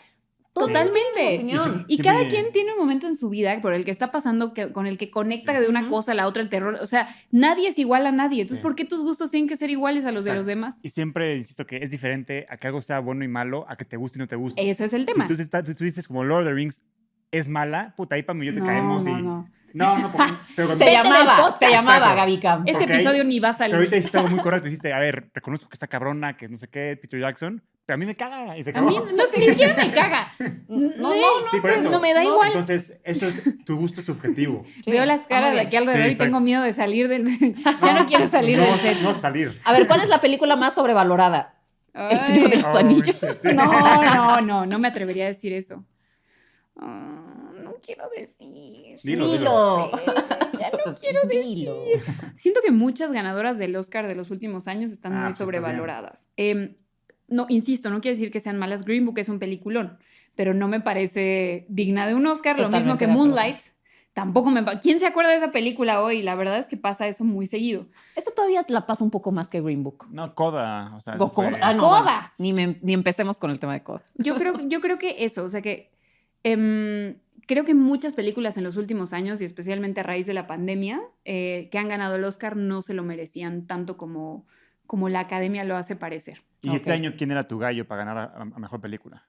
Speaker 1: Todos
Speaker 2: Totalmente.
Speaker 1: tienen su opinión.
Speaker 2: Y
Speaker 3: Siempre-
Speaker 2: cada quien tiene un momento en su vida por el que está pasando, que, con el que conecta
Speaker 4: Sí.
Speaker 2: de una
Speaker 1: Ujú.
Speaker 2: cosa a la otra el terror. O sea, nadie es igual a nadie. Entonces,
Speaker 3: Sí.
Speaker 2: ¿por qué tus gustos tienen que ser iguales a los de los demás?
Speaker 3: Y siempre insisto que es diferente a que algo sea bueno y malo, a que te guste y no te guste.
Speaker 2: Eso es el
Speaker 3: Si
Speaker 2: tema.
Speaker 3: tú, estás- tú- tú dices como Lord of the Rings es mala, puta, ahí para mí yo te
Speaker 2: No,
Speaker 3: caemos
Speaker 2: no,
Speaker 3: y...
Speaker 2: no.
Speaker 3: No, no, porque- pero cuando-
Speaker 1: Se
Speaker 2: Vete del
Speaker 1: llamaba,
Speaker 2: podcast.
Speaker 1: se llamaba
Speaker 3: Exacto.
Speaker 1: Gaby Cam.
Speaker 2: Este
Speaker 3: Ok.
Speaker 2: episodio ni va a
Speaker 3: pero
Speaker 2: salir.
Speaker 3: ahorita hiciste algo muy correcto, dijiste, a ver, reconozco que está cabrona, que no sé qué, Peter Jackson, pero a mí me caga y se
Speaker 2: A
Speaker 3: acabó.
Speaker 2: mí no, ni siquiera me caga.
Speaker 1: No,
Speaker 2: Sí,
Speaker 1: no, no.
Speaker 3: Sí, por
Speaker 2: pues,
Speaker 3: eso.
Speaker 2: no me da
Speaker 1: No,
Speaker 2: igual.
Speaker 3: Entonces, eso es tu gusto subjetivo.
Speaker 2: Veo las
Speaker 1: Está
Speaker 2: caras
Speaker 1: muy
Speaker 2: de
Speaker 1: bien.
Speaker 2: aquí alrededor
Speaker 3: Sí,
Speaker 2: y tengo
Speaker 3: exacto.
Speaker 2: miedo de salir del... ya no quiero salir
Speaker 3: no,
Speaker 2: del set.
Speaker 3: No salir.
Speaker 1: A ver, ¿cuál es la película más sobrevalorada? El
Speaker 2: Ay.
Speaker 1: Señor de los
Speaker 3: Oh,
Speaker 1: Anillos.
Speaker 3: shit, sí.
Speaker 2: No, no, no, no me atrevería a decir eso. Ah, no quiero decir.
Speaker 3: Dilo,
Speaker 1: dilo.
Speaker 2: Sí, ya no quiero
Speaker 1: Dilo.
Speaker 2: decir. Siento que muchas ganadoras del Oscar de los últimos años están
Speaker 3: Ah,
Speaker 2: muy
Speaker 3: pues, está bien.
Speaker 2: sobrevaloradas. Em, no, insisto, no quiero decir que sean malas. Green Book es un peliculón, pero no me parece digna de un Oscar. lo mismo
Speaker 1: Totalmente
Speaker 2: que
Speaker 1: de acuerdo.
Speaker 2: Moonlight. Tampoco me. pa- ¿Quién se acuerda de esa película hoy? La verdad es que pasa eso muy seguido.
Speaker 1: Esta todavía la paso un poco más que Green Book.
Speaker 3: No, coda. O sea, eso
Speaker 1: O Coda.
Speaker 3: fue-
Speaker 1: Ah, no,
Speaker 2: Coda.
Speaker 1: bueno, ni, me- ni empecemos con el tema de Coda.
Speaker 2: Yo creo, yo creo que eso, o sea que em, creo que muchas películas en los últimos años y especialmente a raíz de la pandemia eh, que han ganado el Oscar no se lo merecían tanto como, como la academia lo hace parecer.
Speaker 3: Y este
Speaker 1: Ok.
Speaker 3: año, ¿quién era tu gallo para ganar a, a mejor película?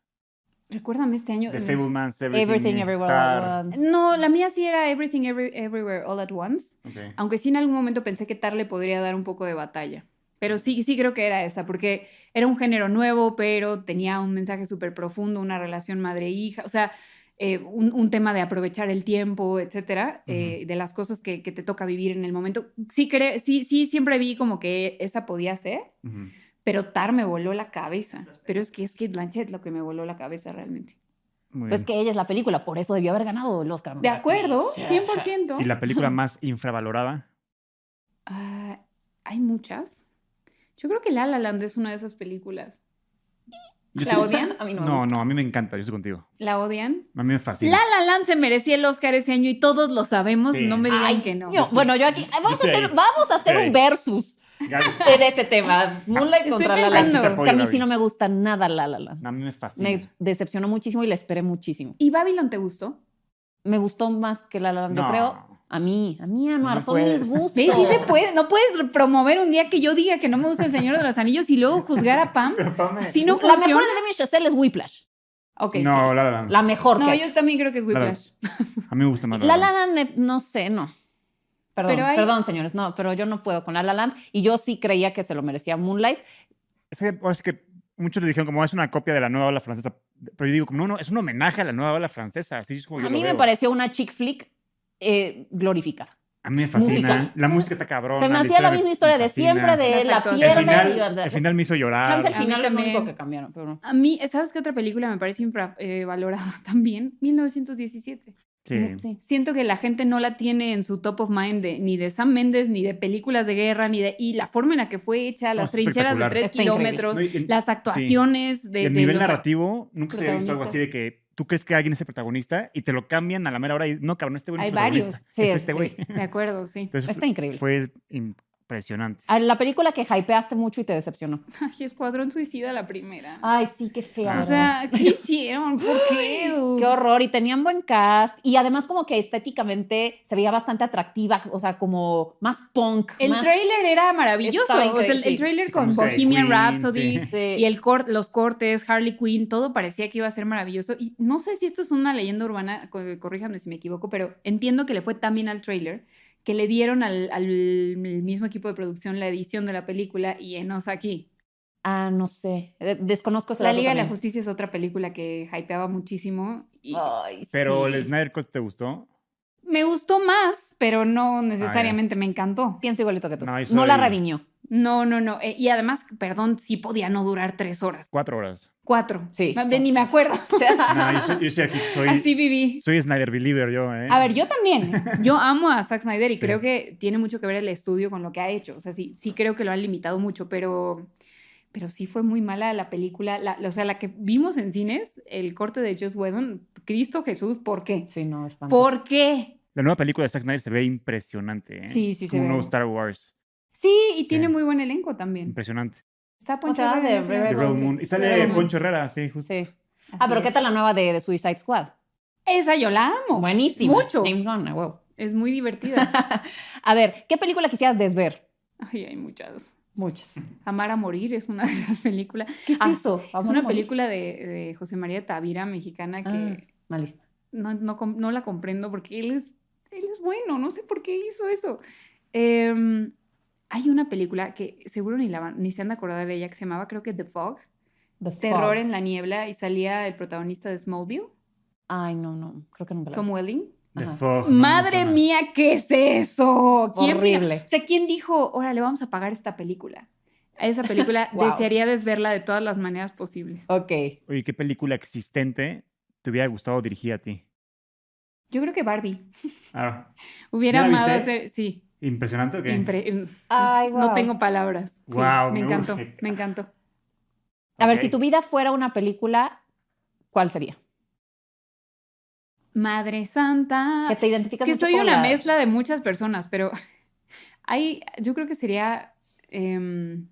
Speaker 2: Recuérdame este año.
Speaker 3: The Fablemans, Everything,
Speaker 1: eh, Everything, Everywhere,
Speaker 3: Tar-
Speaker 1: All at Once.
Speaker 2: No, la mía sí era Everything Every- Everywhere All at Once,
Speaker 1: Ah,
Speaker 3: Ok.
Speaker 2: aunque sí en algún momento pensé que Tar le podría dar un poco de batalla. Pero sí, sí creo que era esa, porque era un género nuevo, pero tenía un mensaje súper profundo, una relación madre-hija, o sea, eh, un, un tema de aprovechar el tiempo, etcétera, eh, de las cosas que, que te toca vivir en el momento. Sí, cre- sí, sí, siempre vi como que esa podía ser,
Speaker 3: Ujú.
Speaker 2: pero Tar me voló la cabeza. Pero es que es Kate Blanchett lo que me voló la cabeza realmente.
Speaker 3: Muy
Speaker 1: Pues
Speaker 3: bien.
Speaker 1: que ella es la película, por eso debió haber ganado el Oscar.
Speaker 2: ¿De acuerdo?
Speaker 1: Sí.
Speaker 2: 100%.
Speaker 3: ¿Y la película más infravalorada?
Speaker 2: Ah, hay muchas. Yo creo que La La Land es una de esas películas.
Speaker 3: Yo
Speaker 2: ¿La
Speaker 3: estoy-
Speaker 2: odian?
Speaker 1: A mí no me
Speaker 3: No,
Speaker 1: gusta.
Speaker 3: no, a mí me encanta, yo estoy contigo.
Speaker 2: ¿La odian?
Speaker 3: A mí me fascina.
Speaker 2: La La Land se merecía el Oscar ese año y todos lo sabemos,
Speaker 3: Sí.
Speaker 2: no me digan
Speaker 1: Ay,
Speaker 2: que no.
Speaker 1: yo- bueno, yo aquí. Vamos a
Speaker 3: estoy
Speaker 1: hacer,
Speaker 3: ahí.
Speaker 1: vamos a hacer
Speaker 3: Estoy
Speaker 1: un
Speaker 3: ahí.
Speaker 1: versus
Speaker 3: Gallo.
Speaker 1: en ese tema. Moonlight
Speaker 2: Estoy
Speaker 1: contra La La
Speaker 2: pensando.
Speaker 1: Land. Es que a mí
Speaker 3: Gaby.
Speaker 1: sí no me gusta nada La La Land.
Speaker 3: No, a mí me fascina.
Speaker 1: Me decepcionó muchísimo y la esperé muchísimo.
Speaker 2: ¿Y Babylon te gustó?
Speaker 1: Me gustó más que La La Land, yo creo. A mí, a mí, Anuar,
Speaker 3: No
Speaker 1: son
Speaker 3: puedes.
Speaker 1: mis gustos.
Speaker 2: ¿Ves? Sí se puede. No puedes promover un día que yo diga que no me gusta El Señor de los Anillos y luego juzgar a Pam
Speaker 3: Pero, Pame-
Speaker 2: si no
Speaker 1: la mejor
Speaker 2: funciona.
Speaker 1: de Demi Chazelle es Whiplash.
Speaker 2: Ok,
Speaker 3: no,
Speaker 2: sí.
Speaker 3: La La Land.
Speaker 1: La mejor
Speaker 2: No,
Speaker 1: que
Speaker 2: yo también creo que es Whiplash.
Speaker 3: A mí me gusta más
Speaker 1: La La Land, me- no sé, no. Perdón,
Speaker 2: Pero hay-
Speaker 1: perdón, señores, no, pero yo no puedo con La La Land y yo sí creía que se lo merecía Moonlight.
Speaker 3: Es que, ahora sí que muchos le dijeron como es una copia de la nueva ola francesa. Pero yo digo, como, no, no, es un homenaje a la nueva ola francesa. Así es como yo
Speaker 1: A
Speaker 3: lo
Speaker 1: mí me
Speaker 3: veo.
Speaker 1: pareció una chick flick eh, glorificada.
Speaker 3: A mí me fascina.
Speaker 1: Música.
Speaker 3: La música está cabrón.
Speaker 1: Se me hacía la misma historia de siempre, de
Speaker 2: Las
Speaker 1: la
Speaker 2: actuaciones.
Speaker 3: El
Speaker 1: pierna y...
Speaker 3: final, el final me hizo llorar.
Speaker 1: Chance el
Speaker 2: A mí
Speaker 1: final es lo
Speaker 2: también.
Speaker 1: único que cambiaron, pero no.
Speaker 2: A mí, ¿sabes qué otra película me parece infravalorada también? 1917.
Speaker 3: Sí.
Speaker 1: Sí.
Speaker 2: Siento que la gente no la tiene en su top of mind de- ni de Sam Méndez, ni de películas de guerra, ni de... Y la forma en la que fue hecha,
Speaker 3: No,
Speaker 2: las
Speaker 3: es
Speaker 2: trincheras de
Speaker 3: espectacular.
Speaker 2: tres
Speaker 1: Está increíble.
Speaker 2: kilómetros,
Speaker 3: No, y el-
Speaker 2: las actuaciones de...
Speaker 3: y el
Speaker 2: de
Speaker 3: nivel
Speaker 2: los-
Speaker 3: narrativo, nunca se había visto algo así de
Speaker 2: protagonistas.
Speaker 3: que tú crees que alguien es el protagonista y te lo cambian a la mera hora y no, cabrón, este güey no es
Speaker 1: Hay
Speaker 3: el protagonista.
Speaker 1: varios. Sí,
Speaker 3: es
Speaker 1: es-
Speaker 3: este güey.
Speaker 2: De acuerdo, sí.
Speaker 3: Entonces
Speaker 1: Está increíble.
Speaker 3: fue impresionante.
Speaker 1: A La película que hypeaste mucho y te decepcionó.
Speaker 2: Ay, Escuadrón Suicida la primera.
Speaker 1: Ay, sí, qué fea.
Speaker 3: Ah,
Speaker 2: o
Speaker 1: ¿verdad?
Speaker 2: sea, ¿qué hicieron? ¿Por qué? dude?
Speaker 1: Qué horror. Y tenían buen cast. Y además, como que estéticamente se veía bastante atractiva. O sea, como más punk.
Speaker 2: El
Speaker 1: más-
Speaker 2: tráiler era maravilloso.
Speaker 1: Estaba
Speaker 2: O sea,
Speaker 1: increíble,
Speaker 2: el, el
Speaker 1: sí.
Speaker 2: tráiler
Speaker 3: Sí,
Speaker 2: con
Speaker 3: música de
Speaker 2: Bohemian
Speaker 3: Queen,
Speaker 2: Rhapsody
Speaker 3: sí.
Speaker 1: Sí.
Speaker 2: y el cor- los cortes, Harley Quinn, todo parecía que iba a ser maravilloso. Y no sé si esto es una leyenda urbana, co- corríjanme si me equivoco, pero entiendo que le fue tan bien al tráiler que le dieron al, al mismo equipo de producción la edición de la película y enos aquí.
Speaker 1: Ah, no sé. Eh, Desconozco ese
Speaker 2: La
Speaker 1: dato
Speaker 2: Liga de la
Speaker 1: también.
Speaker 2: Justicia es otra película que hypeaba muchísimo y
Speaker 1: Ay,
Speaker 3: Pero
Speaker 1: sí.
Speaker 3: el Snyder Cut te gustó.
Speaker 2: me gustó más, pero no necesariamente me encantó.
Speaker 1: Pienso igualito que tú.
Speaker 3: No,
Speaker 1: No,
Speaker 3: y
Speaker 1: la
Speaker 3: soy-
Speaker 1: redimió.
Speaker 2: No, no, no. eh, y además, perdón, sí podía no durar tres horas.
Speaker 3: Cuatro horas.
Speaker 2: Cuatro.
Speaker 1: Sí.
Speaker 2: Más bien Ni me acuerdo. O sea,
Speaker 3: No, yo, estoy, yo estoy aquí, soy,
Speaker 2: así viví.
Speaker 3: soy Snyder Believer yo, ¿eh?
Speaker 1: A ver, yo también.
Speaker 2: Yo amo a Zack Snyder y
Speaker 3: Sí.
Speaker 2: creo que tiene mucho que ver el estudio con lo que ha hecho. O sea, sí, sí creo que lo han limitado mucho, pero, pero sí fue muy mala la película. La, la- o sea, la que vimos en cines, el corte de Joss Whedon, Cristo Jesús, ¿por qué?
Speaker 1: Sí, no, espantoso.
Speaker 2: ¿Por qué?
Speaker 3: La nueva película de Zack Snyder se ve impresionante, ¿eh?
Speaker 2: Sí, sí,
Speaker 3: Es
Speaker 2: se
Speaker 3: como un
Speaker 2: ve.
Speaker 3: nuevo Star Wars.
Speaker 2: Sí, y tiene
Speaker 3: Sí.
Speaker 2: muy buen elenco también.
Speaker 3: Impresionante.
Speaker 2: Está Poncho
Speaker 1: sea,
Speaker 2: Herrera
Speaker 1: de
Speaker 2: en ese
Speaker 1: Rebel
Speaker 3: The
Speaker 2: elenco.
Speaker 3: Rebel Moon. Y sale
Speaker 1: Rebel Moon.
Speaker 3: Poncho Herrera, sí, justo.
Speaker 1: Sí. Ah,
Speaker 2: Así
Speaker 1: pero ¿qué
Speaker 2: es.
Speaker 1: tal la nueva de, de Suicide Squad?
Speaker 2: Esa yo la amo.
Speaker 1: Buenísima.
Speaker 2: Mucho.
Speaker 1: James Gunn, a huevo.
Speaker 2: Es muy divertida.
Speaker 1: A ver, ¿qué película quisieras desver?
Speaker 2: Ay, hay muchas.
Speaker 1: Muchas.
Speaker 2: Amar a morir es una de esas películas.
Speaker 1: ¿Qué es
Speaker 2: Ah,
Speaker 1: eso?
Speaker 2: Es
Speaker 1: Vamos
Speaker 2: una
Speaker 1: a morir.
Speaker 2: película de, de José María Tavira, mexicana, que
Speaker 1: Ah. Malísima.
Speaker 2: no, no, com- no la comprendo porque él es, él es bueno, no sé por qué hizo eso. Em, hay una película que seguro ni, la, van- ni se han de acordar de ella, que se llamaba creo que The Fog,
Speaker 1: The
Speaker 2: Terror
Speaker 1: Fog.
Speaker 2: en la Niebla, y salía el protagonista de Smallville,
Speaker 1: Ay, no, no. Creo que nunca la
Speaker 2: Tom
Speaker 1: vi.
Speaker 2: Welling.
Speaker 3: The
Speaker 1: Ajá.
Speaker 3: Fog, no me
Speaker 2: ¡Madre
Speaker 3: suena.
Speaker 2: mía, qué es eso! ¿Quién fi-
Speaker 1: Horrible.
Speaker 2: O sea, ¿quién dijo, órale, vamos a pagar esta película? A Esa película
Speaker 1: Wow.
Speaker 2: desearía desverla de todas las maneras posibles.
Speaker 1: Ok.
Speaker 3: Oye, ¿qué película existente te hubiera gustado dirigir a ti?
Speaker 2: Yo creo que Barbie.
Speaker 3: Ah,
Speaker 2: Hubiera
Speaker 3: ¿Ya la
Speaker 2: amado
Speaker 3: viste?
Speaker 2: hacer. Sí.
Speaker 3: ¿Impresionante o qué?
Speaker 2: impre-
Speaker 1: Ay,
Speaker 2: No
Speaker 1: wow.
Speaker 2: tengo palabras. Sí,
Speaker 3: Wow, me
Speaker 2: me encantó,
Speaker 3: urge.
Speaker 2: me encantó.
Speaker 1: A ver,
Speaker 3: Ok.
Speaker 1: si tu vida fuera una película, ¿cuál sería?
Speaker 2: Madre Santa.
Speaker 1: Que te
Speaker 2: Es
Speaker 1: identificas
Speaker 2: que
Speaker 1: mucho
Speaker 2: soy
Speaker 1: con
Speaker 2: una
Speaker 1: la-
Speaker 2: mezcla de muchas personas, pero hay, yo creo que sería. em,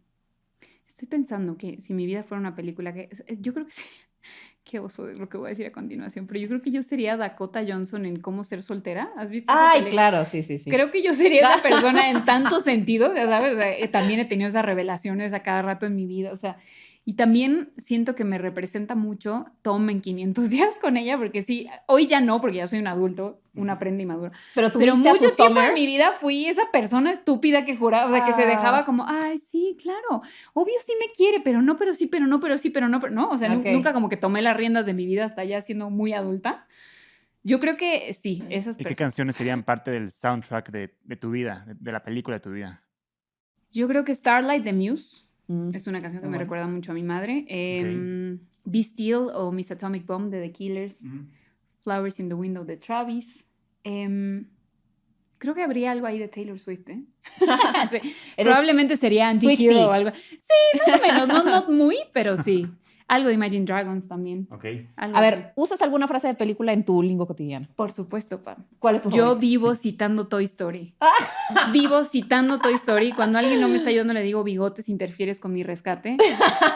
Speaker 2: estoy pensando que si mi vida fuera una película, que yo creo que sería. Qué oso es lo que voy a decir a continuación, pero yo creo que yo sería Dakota Johnson en Cómo ser soltera. ¿Has visto? esa
Speaker 1: Ay,
Speaker 2: película?
Speaker 1: claro, sí, sí, sí.
Speaker 2: Creo que yo sería esa persona en tantos sentidos, ya sabes, o sea, eh, también he tenido esas revelaciones a cada rato en mi vida, o sea, y también siento que me representa mucho Tom en 500 días con ella, porque sí, hoy ya no, porque ya soy un adulto, una prenda inmadura,
Speaker 1: Pero tuviste
Speaker 2: pero
Speaker 1: a tu
Speaker 2: mucho tiempo
Speaker 1: Summer.
Speaker 2: en mi vida fui esa persona estúpida que juraba, o sea, que se
Speaker 1: Ah.
Speaker 2: dejaba como, ay, sí, claro, obvio sí me quiere, pero no, pero sí, pero no, pero sí, pero no, pero no, o sea, nu-
Speaker 1: Ok.
Speaker 2: nunca como que tomé las riendas de mi vida hasta ya siendo muy adulta. Yo creo que sí, esas
Speaker 3: ¿Y qué
Speaker 2: personas.
Speaker 3: canciones serían parte del soundtrack de, de tu vida, de, de la película de tu vida?
Speaker 2: Yo creo que Starlight de Muse
Speaker 1: Mm.
Speaker 2: es una canción que
Speaker 1: Muy
Speaker 2: me
Speaker 1: buena.
Speaker 2: recuerda mucho a mi madre. Em, Be Still o Miss Atomic Bomb de The
Speaker 1: Mm.
Speaker 2: Killers. Flowers in the Window de Travis. Em, creo que habría algo ahí de Taylor Swift. ¿eh? Sí,
Speaker 1: Eres-
Speaker 2: Probablemente sería
Speaker 1: Swiftie.
Speaker 2: Anti-Hero o algo. Sí, más o menos. No, no muy, pero sí. Algo de Imagine Dragons también.
Speaker 3: Ok.
Speaker 2: algo
Speaker 1: A
Speaker 2: así.
Speaker 1: ver, ¿usas alguna frase de película en tu lingo cotidiano?
Speaker 2: Por supuesto, Pam.
Speaker 1: ¿Cuál es tu
Speaker 2: Yo
Speaker 1: favorita?
Speaker 2: vivo citando Toy Story.
Speaker 1: Ah.
Speaker 2: Vivo citando Toy Story. Cuando alguien no me está ayudando, le digo bigotes, interfieres con mi rescate.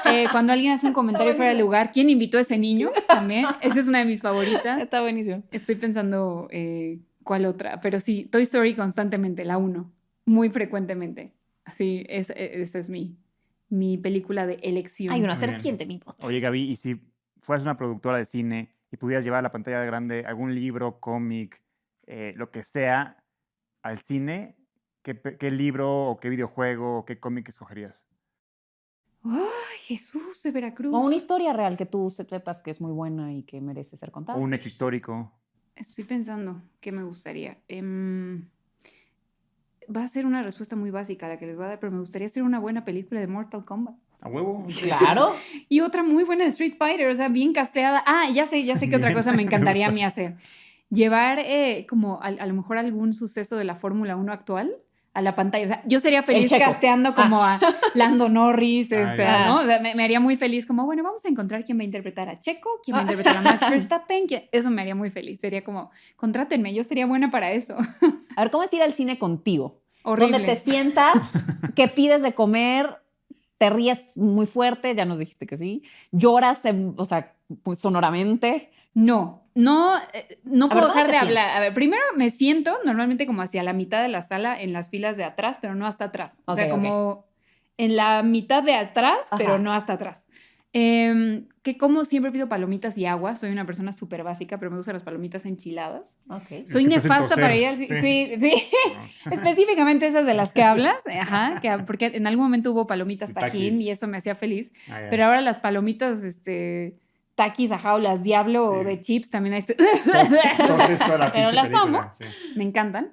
Speaker 2: Eh, cuando alguien hace un comentario
Speaker 1: Está
Speaker 2: fuera de
Speaker 1: buenísimo.
Speaker 2: lugar, ¿quién invitó a ese niño? También. Esa es una de mis favoritas.
Speaker 1: Está buenísimo.
Speaker 2: Estoy pensando eh, cuál otra. Pero sí, Toy Story constantemente, la uno. Muy frecuentemente. Así, es, e- esa es mi, mi película de elección.
Speaker 1: Hay una
Speaker 3: Muy bien.
Speaker 1: serpiente, mi bota.
Speaker 3: Oye, Gaby, ¿y si fueras una productora de cine y pudieras llevar a la pantalla grande algún libro, cómic, eh, lo que sea, al cine, ¿qué, pe- qué libro o qué videojuego o qué cómic escogerías?
Speaker 2: ¡Ay, Jesús de Veracruz!
Speaker 1: O una historia real que tú se- sepas que es muy buena y que merece ser contada.
Speaker 3: ¿O un hecho histórico?
Speaker 2: Estoy pensando qué me gustaría. Em, va a ser una respuesta muy básica la que les voy a dar, pero me gustaría hacer una buena película de Mortal Kombat.
Speaker 3: A huevo.
Speaker 1: Claro.
Speaker 2: Y otra muy buena de Street Fighter, o sea, bien casteada. Ah, ya sé, ya sé que otra
Speaker 3: Bien,
Speaker 2: cosa me
Speaker 3: me
Speaker 2: encantaría a
Speaker 3: gusta.
Speaker 2: mí hacer. Llevar eh, como al- a, lo mejor algún suceso de la Fórmula 1 actual a la pantalla. O sea, yo sería feliz
Speaker 1: Checo. Ah.
Speaker 2: casteando como a Lando Norris,
Speaker 3: Ah,
Speaker 2: este,
Speaker 1: ya.
Speaker 2: ¿no? O sea, me, me haría muy feliz como, bueno, vamos a encontrar quién va a interpretar a Checo, quién va a
Speaker 1: Ah.
Speaker 2: interpretar a Max Verstappen. quién- Eso me haría muy feliz. Sería como, contrátenme, yo sería buena para eso.
Speaker 1: A ver, ¿cómo es ir al cine contigo?
Speaker 2: Horrible.
Speaker 1: Donde te sientas, que pides de comer, te ríes muy fuerte, ya nos dijiste que sí, lloras, em, o sea, muy sonoramente.
Speaker 2: No, no, eh, no
Speaker 1: A
Speaker 2: puedo
Speaker 1: ver, ¿dónde
Speaker 2: dejar
Speaker 1: te
Speaker 2: de hablar. A ver, primero me siento normalmente como hacia la mitad de la sala en las filas de atrás, pero no hasta atrás. O sea,
Speaker 1: Ok, ok.
Speaker 2: como en la mitad de atrás, pero
Speaker 1: Ajá.
Speaker 2: no hasta atrás. Em, que como siempre pido palomitas y agua, soy una persona súper básica, pero me gustan las palomitas enchiladas.
Speaker 1: Ok.
Speaker 2: Soy
Speaker 3: que te hacen
Speaker 2: nefasta para
Speaker 3: toser,
Speaker 2: ir al... Sí,
Speaker 3: sí.
Speaker 2: sí. Específicamente esas de las que hablas, eh, ajá, que, porque en algún momento hubo palomitas
Speaker 3: Y
Speaker 2: tajín
Speaker 3: taquis.
Speaker 2: y eso me hacía feliz.
Speaker 3: Ah, ya.
Speaker 2: Pero ahora las palomitas, este, taquis a jaulas, diablo o
Speaker 3: Sí.
Speaker 2: de chips, también hay esto-
Speaker 3: Entonces, toda la
Speaker 2: Pero
Speaker 3: pinche
Speaker 2: las amo.
Speaker 3: película, sí.
Speaker 2: me encantan.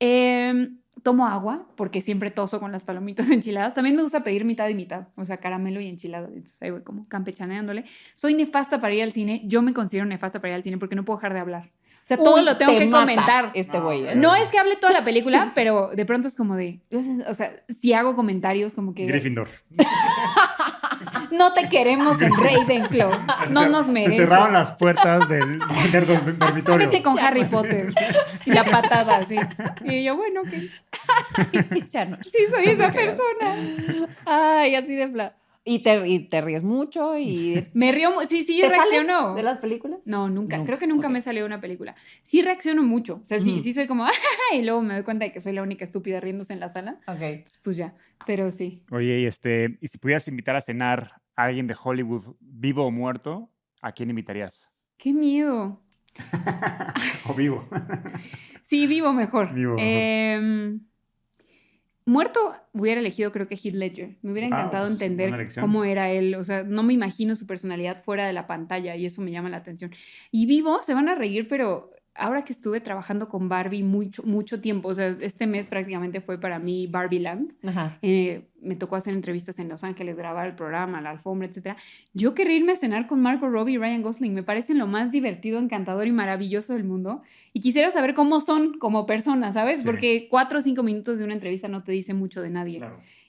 Speaker 2: Em, tomo agua, porque siempre toso con las palomitas enchiladas. También me gusta pedir mitad y mitad, o sea, caramelo y enchilada. Entonces ahí voy como campechaneándole. Soy nefasta para ir al cine. Yo me considero nefasta para ir al cine porque no puedo dejar de hablar.
Speaker 1: O sea,
Speaker 2: Uy,
Speaker 1: todo lo tengo
Speaker 2: te
Speaker 1: que
Speaker 2: mata
Speaker 1: comentar. Este
Speaker 3: No,
Speaker 1: güey. ¿eh?
Speaker 2: No es que hable toda la película, pero de pronto es como de, o sea, si hago comentarios como que
Speaker 3: Gryffindor.
Speaker 2: no te queremos en Ravenclaw, no
Speaker 3: Se-
Speaker 2: nos mereces.
Speaker 3: Se cerraron las puertas del, del dorm- dormitorio.
Speaker 2: Vete con
Speaker 1: Ya,
Speaker 2: Harry
Speaker 1: pues.
Speaker 2: Potter. Y la patada así. Y yo, bueno, ok.
Speaker 1: Ya no.
Speaker 2: Sí, soy esa
Speaker 1: Ok.
Speaker 2: persona.
Speaker 1: Ay, así de plan. Y te, y te ríes mucho y...
Speaker 2: Me río. mu- Sí, sí,
Speaker 1: ¿Te sales
Speaker 2: reacciono.
Speaker 1: de las películas?
Speaker 2: No, nunca.
Speaker 1: Nunca,
Speaker 2: Creo que nunca
Speaker 1: ok.
Speaker 2: me salió una película. Sí reacciono mucho. O sea, sí,
Speaker 1: Ujú.
Speaker 2: sí soy como, "Ah", y luego me doy cuenta de que soy la única estúpida riéndose en la sala.
Speaker 1: Ok.
Speaker 2: Pues ya. Pero sí.
Speaker 3: Oye, y este, y si pudieras invitar a cenar a alguien de Hollywood, vivo o muerto, ¿a quién invitarías?
Speaker 2: Qué miedo.
Speaker 3: o vivo.
Speaker 2: Sí, vivo mejor.
Speaker 3: Vivo mejor.
Speaker 2: Em, muerto hubiera elegido creo que Heath Ledger. Me hubiera
Speaker 3: Ah,
Speaker 2: encantado
Speaker 3: pues, buena
Speaker 2: entender
Speaker 3: elección.
Speaker 2: cómo era él. O sea, no me imagino su personalidad fuera de la pantalla y eso me llama la atención. Y vivo, se van a reír, pero ahora que estuve trabajando con Barbie mucho, mucho tiempo, o sea, este mes prácticamente fue para mí Barbie Land.
Speaker 1: Ajá.
Speaker 2: Eh, me tocó hacer entrevistas en Los Ángeles, grabar el programa, la alfombra, etcétera. Yo quería irme a cenar con Marco Robbie y Ryan Gosling. Me parecen lo más divertido, encantador y maravilloso del mundo. Y quisiera saber cómo son como personas, ¿sabes?
Speaker 3: Sí.
Speaker 2: Porque cuatro o cinco minutos de una entrevista no te dice mucho de nadie.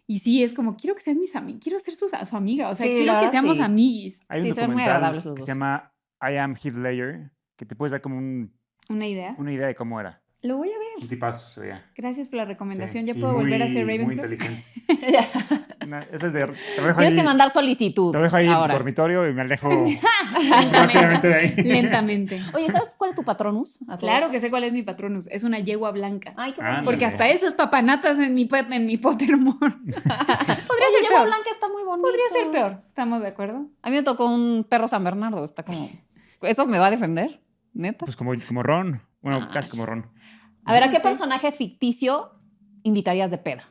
Speaker 2: Y sí, es como, quiero que sean mis amigos, quiero ser sus, su amiga. O sea,
Speaker 1: Sí, la
Speaker 2: quiero que
Speaker 1: verdad,
Speaker 2: seamos
Speaker 1: sí.
Speaker 2: amiguis.
Speaker 3: Hay
Speaker 1: Sí,
Speaker 3: un
Speaker 1: son muy
Speaker 3: documental
Speaker 1: agradables los
Speaker 3: que
Speaker 1: dos.
Speaker 3: se llama I Am Heath Ledger, que te puedes dar como un-
Speaker 2: Una idea.
Speaker 3: una idea de cómo era.
Speaker 2: Lo voy a ver.
Speaker 3: Un tipazo se veía.
Speaker 2: Gracias por la recomendación.
Speaker 3: Sí,
Speaker 2: ¿Ya
Speaker 3: y
Speaker 2: puedo volver a
Speaker 3: muy-
Speaker 2: ser
Speaker 3: Muy
Speaker 2: Ravenclaw?
Speaker 3: inteligente.
Speaker 1: Tienes
Speaker 3: No, eso es de... Te lo dejo ahí,
Speaker 1: que mandar solicitud.
Speaker 3: te lo dejo ahí en tu
Speaker 1: ahora.
Speaker 3: dormitorio y me alejo
Speaker 2: Lentamente.
Speaker 3: rápidamente de ahí.
Speaker 2: Lentamente.
Speaker 1: Oye, ¿sabes cuál es tu patronus? a todo
Speaker 2: Claro
Speaker 1: esto?
Speaker 2: que sé cuál es mi patronus. Es una yegua blanca.
Speaker 1: Ay, qué
Speaker 3: Ah,
Speaker 1: bonito.
Speaker 2: Porque
Speaker 3: Ándale.
Speaker 2: hasta eso es papanatas en mi, pot- en mi Pottermore. Podría
Speaker 1: Podría
Speaker 2: ser peor.
Speaker 1: blanca está muy bonito.
Speaker 2: Podría ser peor. ¿Estamos de acuerdo?
Speaker 1: A mí me tocó un perro San Bernardo, está como... ¿Eso me va a defender? ¿Neta?
Speaker 3: Pues como, como Ron. Bueno,
Speaker 1: Ah.
Speaker 3: casi como Ron.
Speaker 1: A ver, ¿a
Speaker 2: no
Speaker 1: qué
Speaker 2: sé.
Speaker 1: personaje ficticio invitarías de peda?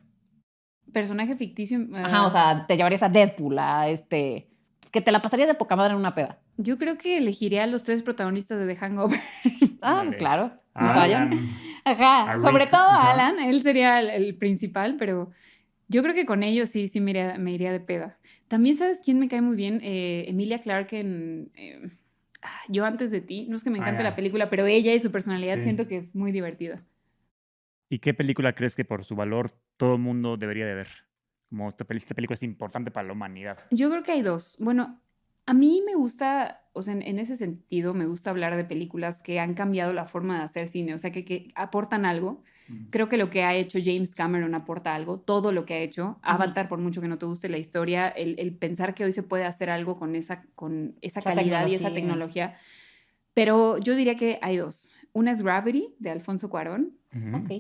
Speaker 2: Personaje ficticio.
Speaker 1: Ajá,
Speaker 2: ah,
Speaker 1: o sea, te llevarías a Deadpool, a este... Que te la pasarías de poca madre en una peda.
Speaker 2: Yo creo que elegiría a los tres protagonistas de The Hangover.
Speaker 1: Ah,
Speaker 3: Ándale.
Speaker 1: claro. No
Speaker 3: Alan,
Speaker 1: fallan.
Speaker 2: Ajá.
Speaker 3: A Rick,
Speaker 2: Sobre todo a
Speaker 3: Ah, ajá.
Speaker 2: Alan. Él sería el, el principal, pero yo creo que con ellos sí, sí me iría, me iría de peda. También, ¿sabes quién me cae muy bien? Eh, Emilia Clarke en. eh, ah, yo antes de ti, no es que me
Speaker 3: Ah,
Speaker 2: encante
Speaker 3: ya.
Speaker 2: la película, pero ella y su personalidad
Speaker 3: Sí.
Speaker 2: siento que es muy divertida.
Speaker 3: ¿Y qué película crees que por su valor todo el mundo debería de ver? Como esta, peli- esta película es importante para la humanidad.
Speaker 2: Yo creo que hay dos. Bueno, a mí me gusta, o sea, en, en ese sentido, me gusta hablar de películas que han cambiado la forma de hacer cine, o sea, que, que aportan algo. Creo que lo que ha hecho James Cameron aporta algo, todo lo que ha hecho. Avatar, por mucho que no te guste la historia, el, el pensar que hoy se puede hacer algo con esa, con esa
Speaker 1: Esa
Speaker 2: calidad y esa
Speaker 1: tecnología.
Speaker 2: tecnología. Pero yo diría que hay dos. Una es Gravity, de Alfonso Cuarón,
Speaker 3: Ujú.
Speaker 1: Ok.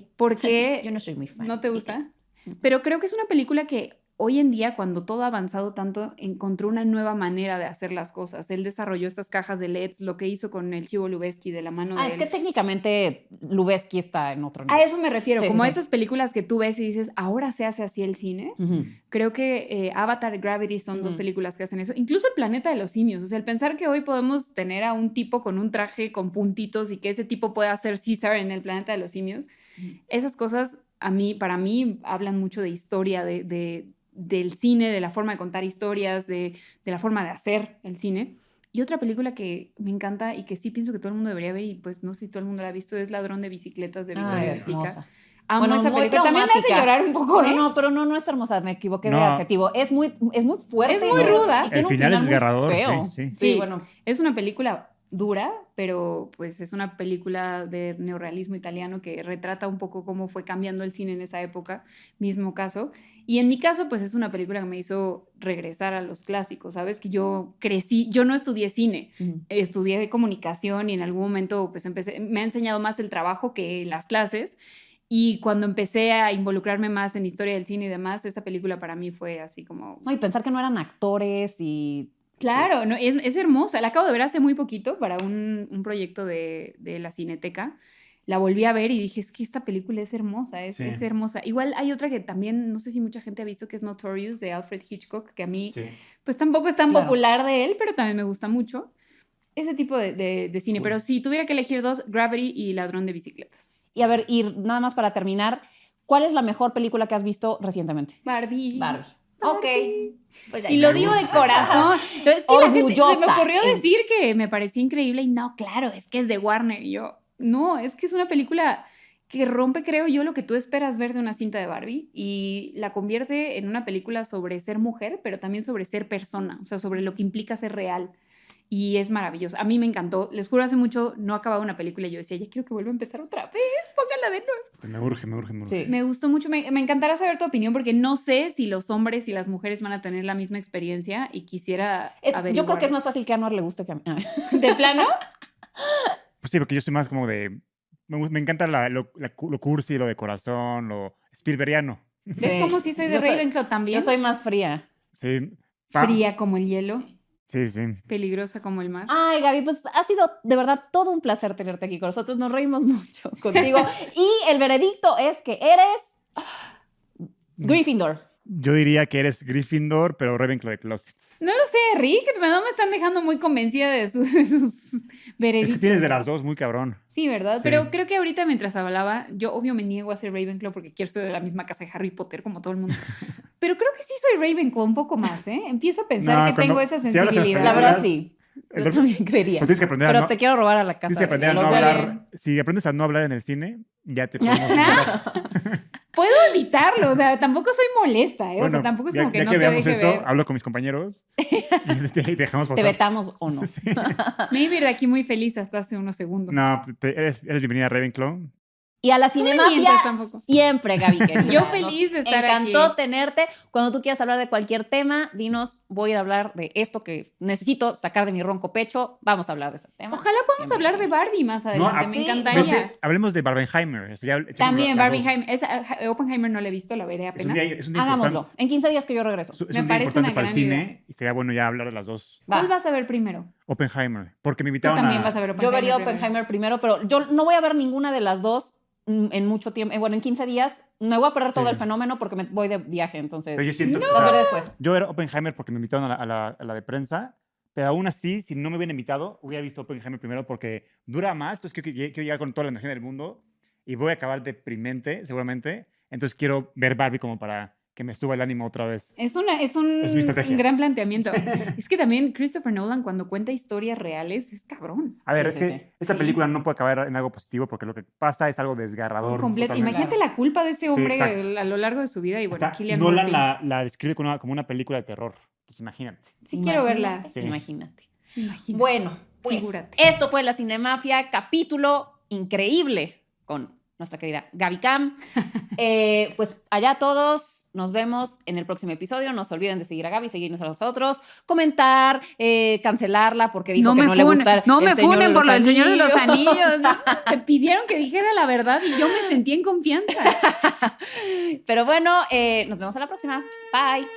Speaker 2: porque
Speaker 1: Eh, Yo no soy muy fan.
Speaker 2: ¿No te gusta?
Speaker 1: Mm.
Speaker 2: Pero creo que es una película que hoy en día, cuando todo ha avanzado tanto, encontró una nueva manera de hacer las cosas. Él desarrolló estas cajas de LEDs, lo que hizo con el Chivo Lubeski de la mano
Speaker 1: Ah,
Speaker 2: de
Speaker 1: es
Speaker 2: él.
Speaker 1: que técnicamente Lubeski está en otro nivel.
Speaker 2: A eso me refiero,
Speaker 1: Sí, sí,
Speaker 2: como a
Speaker 1: sí.
Speaker 2: esas películas que tú ves y dices, ahora se hace así el cine.
Speaker 1: Ujú.
Speaker 2: Creo que eh, Avatar y Gravity son dos
Speaker 1: Ujú.
Speaker 2: películas que hacen eso. Incluso El Planeta de los Simios. O sea, el pensar que hoy podemos tener a un tipo con un traje con puntitos y que ese tipo pueda ser Caesar en El Planeta de los Simios,
Speaker 1: Ujú.
Speaker 2: esas cosas a mí, para mí, hablan mucho de historia, de, de- del cine, de la forma de contar historias, de, de la forma de hacer el cine. Y otra película que me encanta y que sí pienso que todo el mundo debería ver, y pues no sé si todo el mundo la ha visto, es Ladrón de Bicicletas de
Speaker 1: Ay,
Speaker 2: Victoria
Speaker 1: Ah, hermosa.
Speaker 2: Sica. Amo
Speaker 1: Bueno,
Speaker 2: esa
Speaker 1: muy
Speaker 2: película. También me hace
Speaker 1: traumática.
Speaker 2: llorar un poco,
Speaker 1: No,
Speaker 2: ¿eh?
Speaker 1: no, pero no, no es hermosa, me equivoqué de
Speaker 3: No.
Speaker 1: adjetivo. Es muy, es muy fuerte.
Speaker 2: Es muy
Speaker 1: ¿no? Y
Speaker 2: ruda. El
Speaker 1: tiene
Speaker 3: El
Speaker 1: un
Speaker 3: final es
Speaker 1: muy
Speaker 3: desgarrador,
Speaker 1: feo.
Speaker 3: sí, sí.
Speaker 1: Sí,
Speaker 2: Sí.
Speaker 1: bueno.
Speaker 2: Es una película dura, pero pues es una película de neorrealismo italiano que retrata un poco cómo fue cambiando el cine en esa época, mismo caso. Y en mi caso, pues es una película que me hizo regresar a los clásicos, ¿sabes? Que yo crecí, yo no estudié cine, estudié de comunicación y en algún momento pues empecé, me ha enseñado más el trabajo que las clases. Y cuando empecé a involucrarme más en historia del cine y demás, esa película para mí fue así como
Speaker 1: No, y pensar que no eran actores y.
Speaker 2: Claro, no, es, es hermosa. La acabo de ver hace muy poquito para un, un proyecto de, de la Cineteca. La volví a ver y dije, es que esta película es hermosa, es,
Speaker 4: Sí.
Speaker 2: es hermosa. Igual hay otra que también, no sé si mucha gente ha visto, que es Notorious de Alfred Hitchcock, que a mí,
Speaker 4: Sí.
Speaker 2: pues tampoco es tan
Speaker 1: Claro.
Speaker 2: popular de él, pero también me gusta mucho. Ese tipo de, de- de cine. Pero si tuviera que elegir dos, Gravity y Ladrón de Bicicletas.
Speaker 1: Y a ver, y nada más para terminar, ¿cuál es la mejor película que has visto recientemente?
Speaker 2: Barbie.
Speaker 1: Barbie.
Speaker 2: Barbie.
Speaker 1: Ok. Pues ya.
Speaker 2: Y lo digo de corazón. Es que la gente- se me
Speaker 1: Orgullosa.
Speaker 2: ocurrió
Speaker 1: En-
Speaker 2: decir que me parecía increíble y no, claro, es que es de Warner. Y yo, no, es que es una película que rompe, creo yo, lo que tú esperas ver de una cinta de Barbie y la convierte en una película sobre ser mujer, pero también sobre ser persona, o sea, sobre lo que implica ser real. Y es maravilloso. A mí me encantó. Les juro, hace mucho no acababa una película y yo decía, ya quiero que vuelva a empezar otra vez. Póngala de nuevo.
Speaker 3: Este, Me urge, me urge, me urge.
Speaker 1: Sí.
Speaker 2: Me gustó mucho, me, me encantará saber tu opinión porque no sé si los hombres y las mujeres van a tener la misma experiencia y quisiera
Speaker 1: Es- yo creo
Speaker 2: averiguar.
Speaker 1: que es más fácil que a Anuar le guste que a mí.
Speaker 2: ¿De plano?
Speaker 3: Pues sí, porque yo soy más como de... Me, gu- me encanta la- lo, la cu- lo cursi, lo de corazón, lo Spielbergiano.
Speaker 2: Es como si soy de
Speaker 1: Yo soy-
Speaker 2: Ravenclaw
Speaker 1: Yo
Speaker 2: también.
Speaker 1: soy más fría.
Speaker 3: Sí. pa-
Speaker 2: fría como el hielo,
Speaker 3: Sí, sí.
Speaker 2: peligrosa como el mar.
Speaker 1: Ay, Gaby, pues ha sido de verdad todo un placer tenerte aquí con nosotros. Nos reímos mucho contigo. y el veredicto es que eres Gryffindor.
Speaker 3: Yo diría que eres Gryffindor, pero Ravenclaw de Closet.
Speaker 2: No lo sé, Rick, no me están dejando muy convencida de sus, de sus
Speaker 3: Es
Speaker 2: veredictos.
Speaker 3: que tienes de las dos muy cabrón.
Speaker 2: Sí, ¿verdad?
Speaker 3: Sí.
Speaker 2: Pero creo que ahorita mientras hablaba, yo obvio me niego a ser Ravenclaw porque quiero ser de la misma casa de Harry Potter como todo el mundo. Pero creo que sí soy Ravenclaw un poco más, ¿eh? Empiezo a pensar
Speaker 3: No,
Speaker 2: que tengo
Speaker 3: cuando-
Speaker 2: esa
Speaker 3: si hablas en
Speaker 2: sensibilidad.
Speaker 1: La verdad,
Speaker 3: Verás,
Speaker 1: sí. Yo
Speaker 3: Pero
Speaker 1: también creería.
Speaker 3: tienes que aprender a
Speaker 1: Pero
Speaker 3: no,
Speaker 1: te quiero robar a la casa.
Speaker 3: tienes que aprender a
Speaker 1: de los
Speaker 3: no
Speaker 1: bebés.
Speaker 3: hablar. Si aprendes a no hablar en el cine, ya te podemos...
Speaker 2: Puedo evitarlo, o sea, tampoco soy molesta, ¿eh? o sea,
Speaker 3: Bueno,
Speaker 2: tampoco es
Speaker 3: ya,
Speaker 2: como que
Speaker 3: ya
Speaker 2: no
Speaker 3: que
Speaker 2: te
Speaker 3: veamos
Speaker 2: deje
Speaker 3: eso,
Speaker 2: ver.
Speaker 3: hablo con mis compañeros y te, y dejamos
Speaker 1: Te
Speaker 3: pasar.
Speaker 1: vetamos o no.
Speaker 3: Sí.
Speaker 2: Me iba a ir de aquí muy feliz hasta hace unos segundos.
Speaker 3: ah. No, te- eres, eres bienvenida a Ravenclaw.
Speaker 1: Y a la
Speaker 2: me
Speaker 1: cinemafia
Speaker 2: mientas pues, tampoco.
Speaker 1: siempre, Gaby. querida.
Speaker 2: Yo
Speaker 1: Nos
Speaker 2: feliz de estar
Speaker 1: encantó
Speaker 2: aquí.
Speaker 1: tenerte. Cuando tú quieras hablar de cualquier tema, dinos, voy a ir a hablar de esto que necesito sacar de mi ronco pecho. Vamos a hablar de ese tema.
Speaker 2: Ojalá podamos
Speaker 1: Siempre,
Speaker 2: hablar de Barbie más adelante,
Speaker 3: a-
Speaker 2: me
Speaker 1: sí,
Speaker 3: No sé,
Speaker 2: encantaría.
Speaker 3: hablemos de Barbenheimer. o sea, ya echamos
Speaker 2: También,
Speaker 3: la- la
Speaker 2: Barbie
Speaker 3: voz.
Speaker 2: Heimer. Esa- eh, Oppenheimer no la he visto, la veré
Speaker 3: Es un
Speaker 2: apenas.
Speaker 3: día, es un día
Speaker 1: Hagámoslo.
Speaker 3: importante.
Speaker 1: En 15 días que yo regreso.
Speaker 3: Es un
Speaker 2: Me
Speaker 3: día
Speaker 2: parece
Speaker 3: importante
Speaker 2: una
Speaker 3: para el
Speaker 2: gran
Speaker 3: cine
Speaker 2: idea.
Speaker 3: y estaría bueno ya hablar de las dos.
Speaker 1: Va.
Speaker 2: ¿Cuál vas a ver primero?
Speaker 3: Oppenheimer, porque me
Speaker 2: Tú
Speaker 3: invitaron
Speaker 2: también
Speaker 3: a...
Speaker 2: vas a ver
Speaker 1: Yo
Speaker 2: Oppenheimer.
Speaker 1: vería
Speaker 2: primero.
Speaker 1: Oppenheimer primero, pero yo no voy a ver ninguna de las dos mm, en mucho tiempo. Eh, Bueno, en 15 días me voy a perder todo
Speaker 3: Sí.
Speaker 1: el fenómeno porque me voy de viaje, entonces
Speaker 3: Pero yo siento que... o
Speaker 1: las
Speaker 3: sea,
Speaker 1: veré después.
Speaker 3: yo era Oppenheimer porque me invitaron a la, a la- a la de prensa, pero aún así, si no me hubieran invitado, hubiera visto Oppenheimer primero porque dura más, entonces quiero, que- quiero llegar con toda la energía del mundo y voy a acabar deprimente, seguramente. Entonces quiero ver Barbie como para que me suba el ánimo otra vez.
Speaker 2: Es, una, es un
Speaker 3: Es mi estrategia.
Speaker 2: gran planteamiento. es que también Christopher Nolan cuando cuenta historias reales es cabrón.
Speaker 3: A ver,
Speaker 1: Sí,
Speaker 3: es
Speaker 1: sí,
Speaker 3: que
Speaker 1: sí.
Speaker 3: esta
Speaker 2: Sí.
Speaker 3: película no puede acabar en algo positivo porque lo que pasa es algo desgarrador.
Speaker 2: Completo.
Speaker 3: totalmente.
Speaker 2: Imagínate la culpa de ese hombre
Speaker 3: exacto.
Speaker 2: a lo largo de su vida y bueno,
Speaker 3: Está-
Speaker 2: Killian
Speaker 3: Nolan
Speaker 2: Murphy.
Speaker 3: la, la describe como una, como una película de terror. Entonces imagínate.
Speaker 2: Sí quiero verla.
Speaker 3: Sí.
Speaker 1: Imagínate.
Speaker 2: Imagínate.
Speaker 1: Bueno, pues
Speaker 2: Figúrate.
Speaker 1: esto fue La Cinemafia, capítulo increíble con nuestra querida Gaby Cam. Eh, pues allá todos, nos vemos en el próximo episodio. No se olviden de seguir a Gaby, seguirnos a nosotros, comentar, eh, cancelarla porque dijo
Speaker 2: no
Speaker 1: que
Speaker 2: me
Speaker 1: no le
Speaker 2: funen,
Speaker 1: gusta
Speaker 2: no
Speaker 1: El
Speaker 2: me
Speaker 1: Señor de
Speaker 2: funen
Speaker 1: los
Speaker 2: por lo del Señor de los
Speaker 1: Anillos.
Speaker 2: Anillos. Me pidieron que dijera la verdad y yo me sentí en confianza.
Speaker 1: Pero bueno, eh, nos vemos a la próxima. Bye.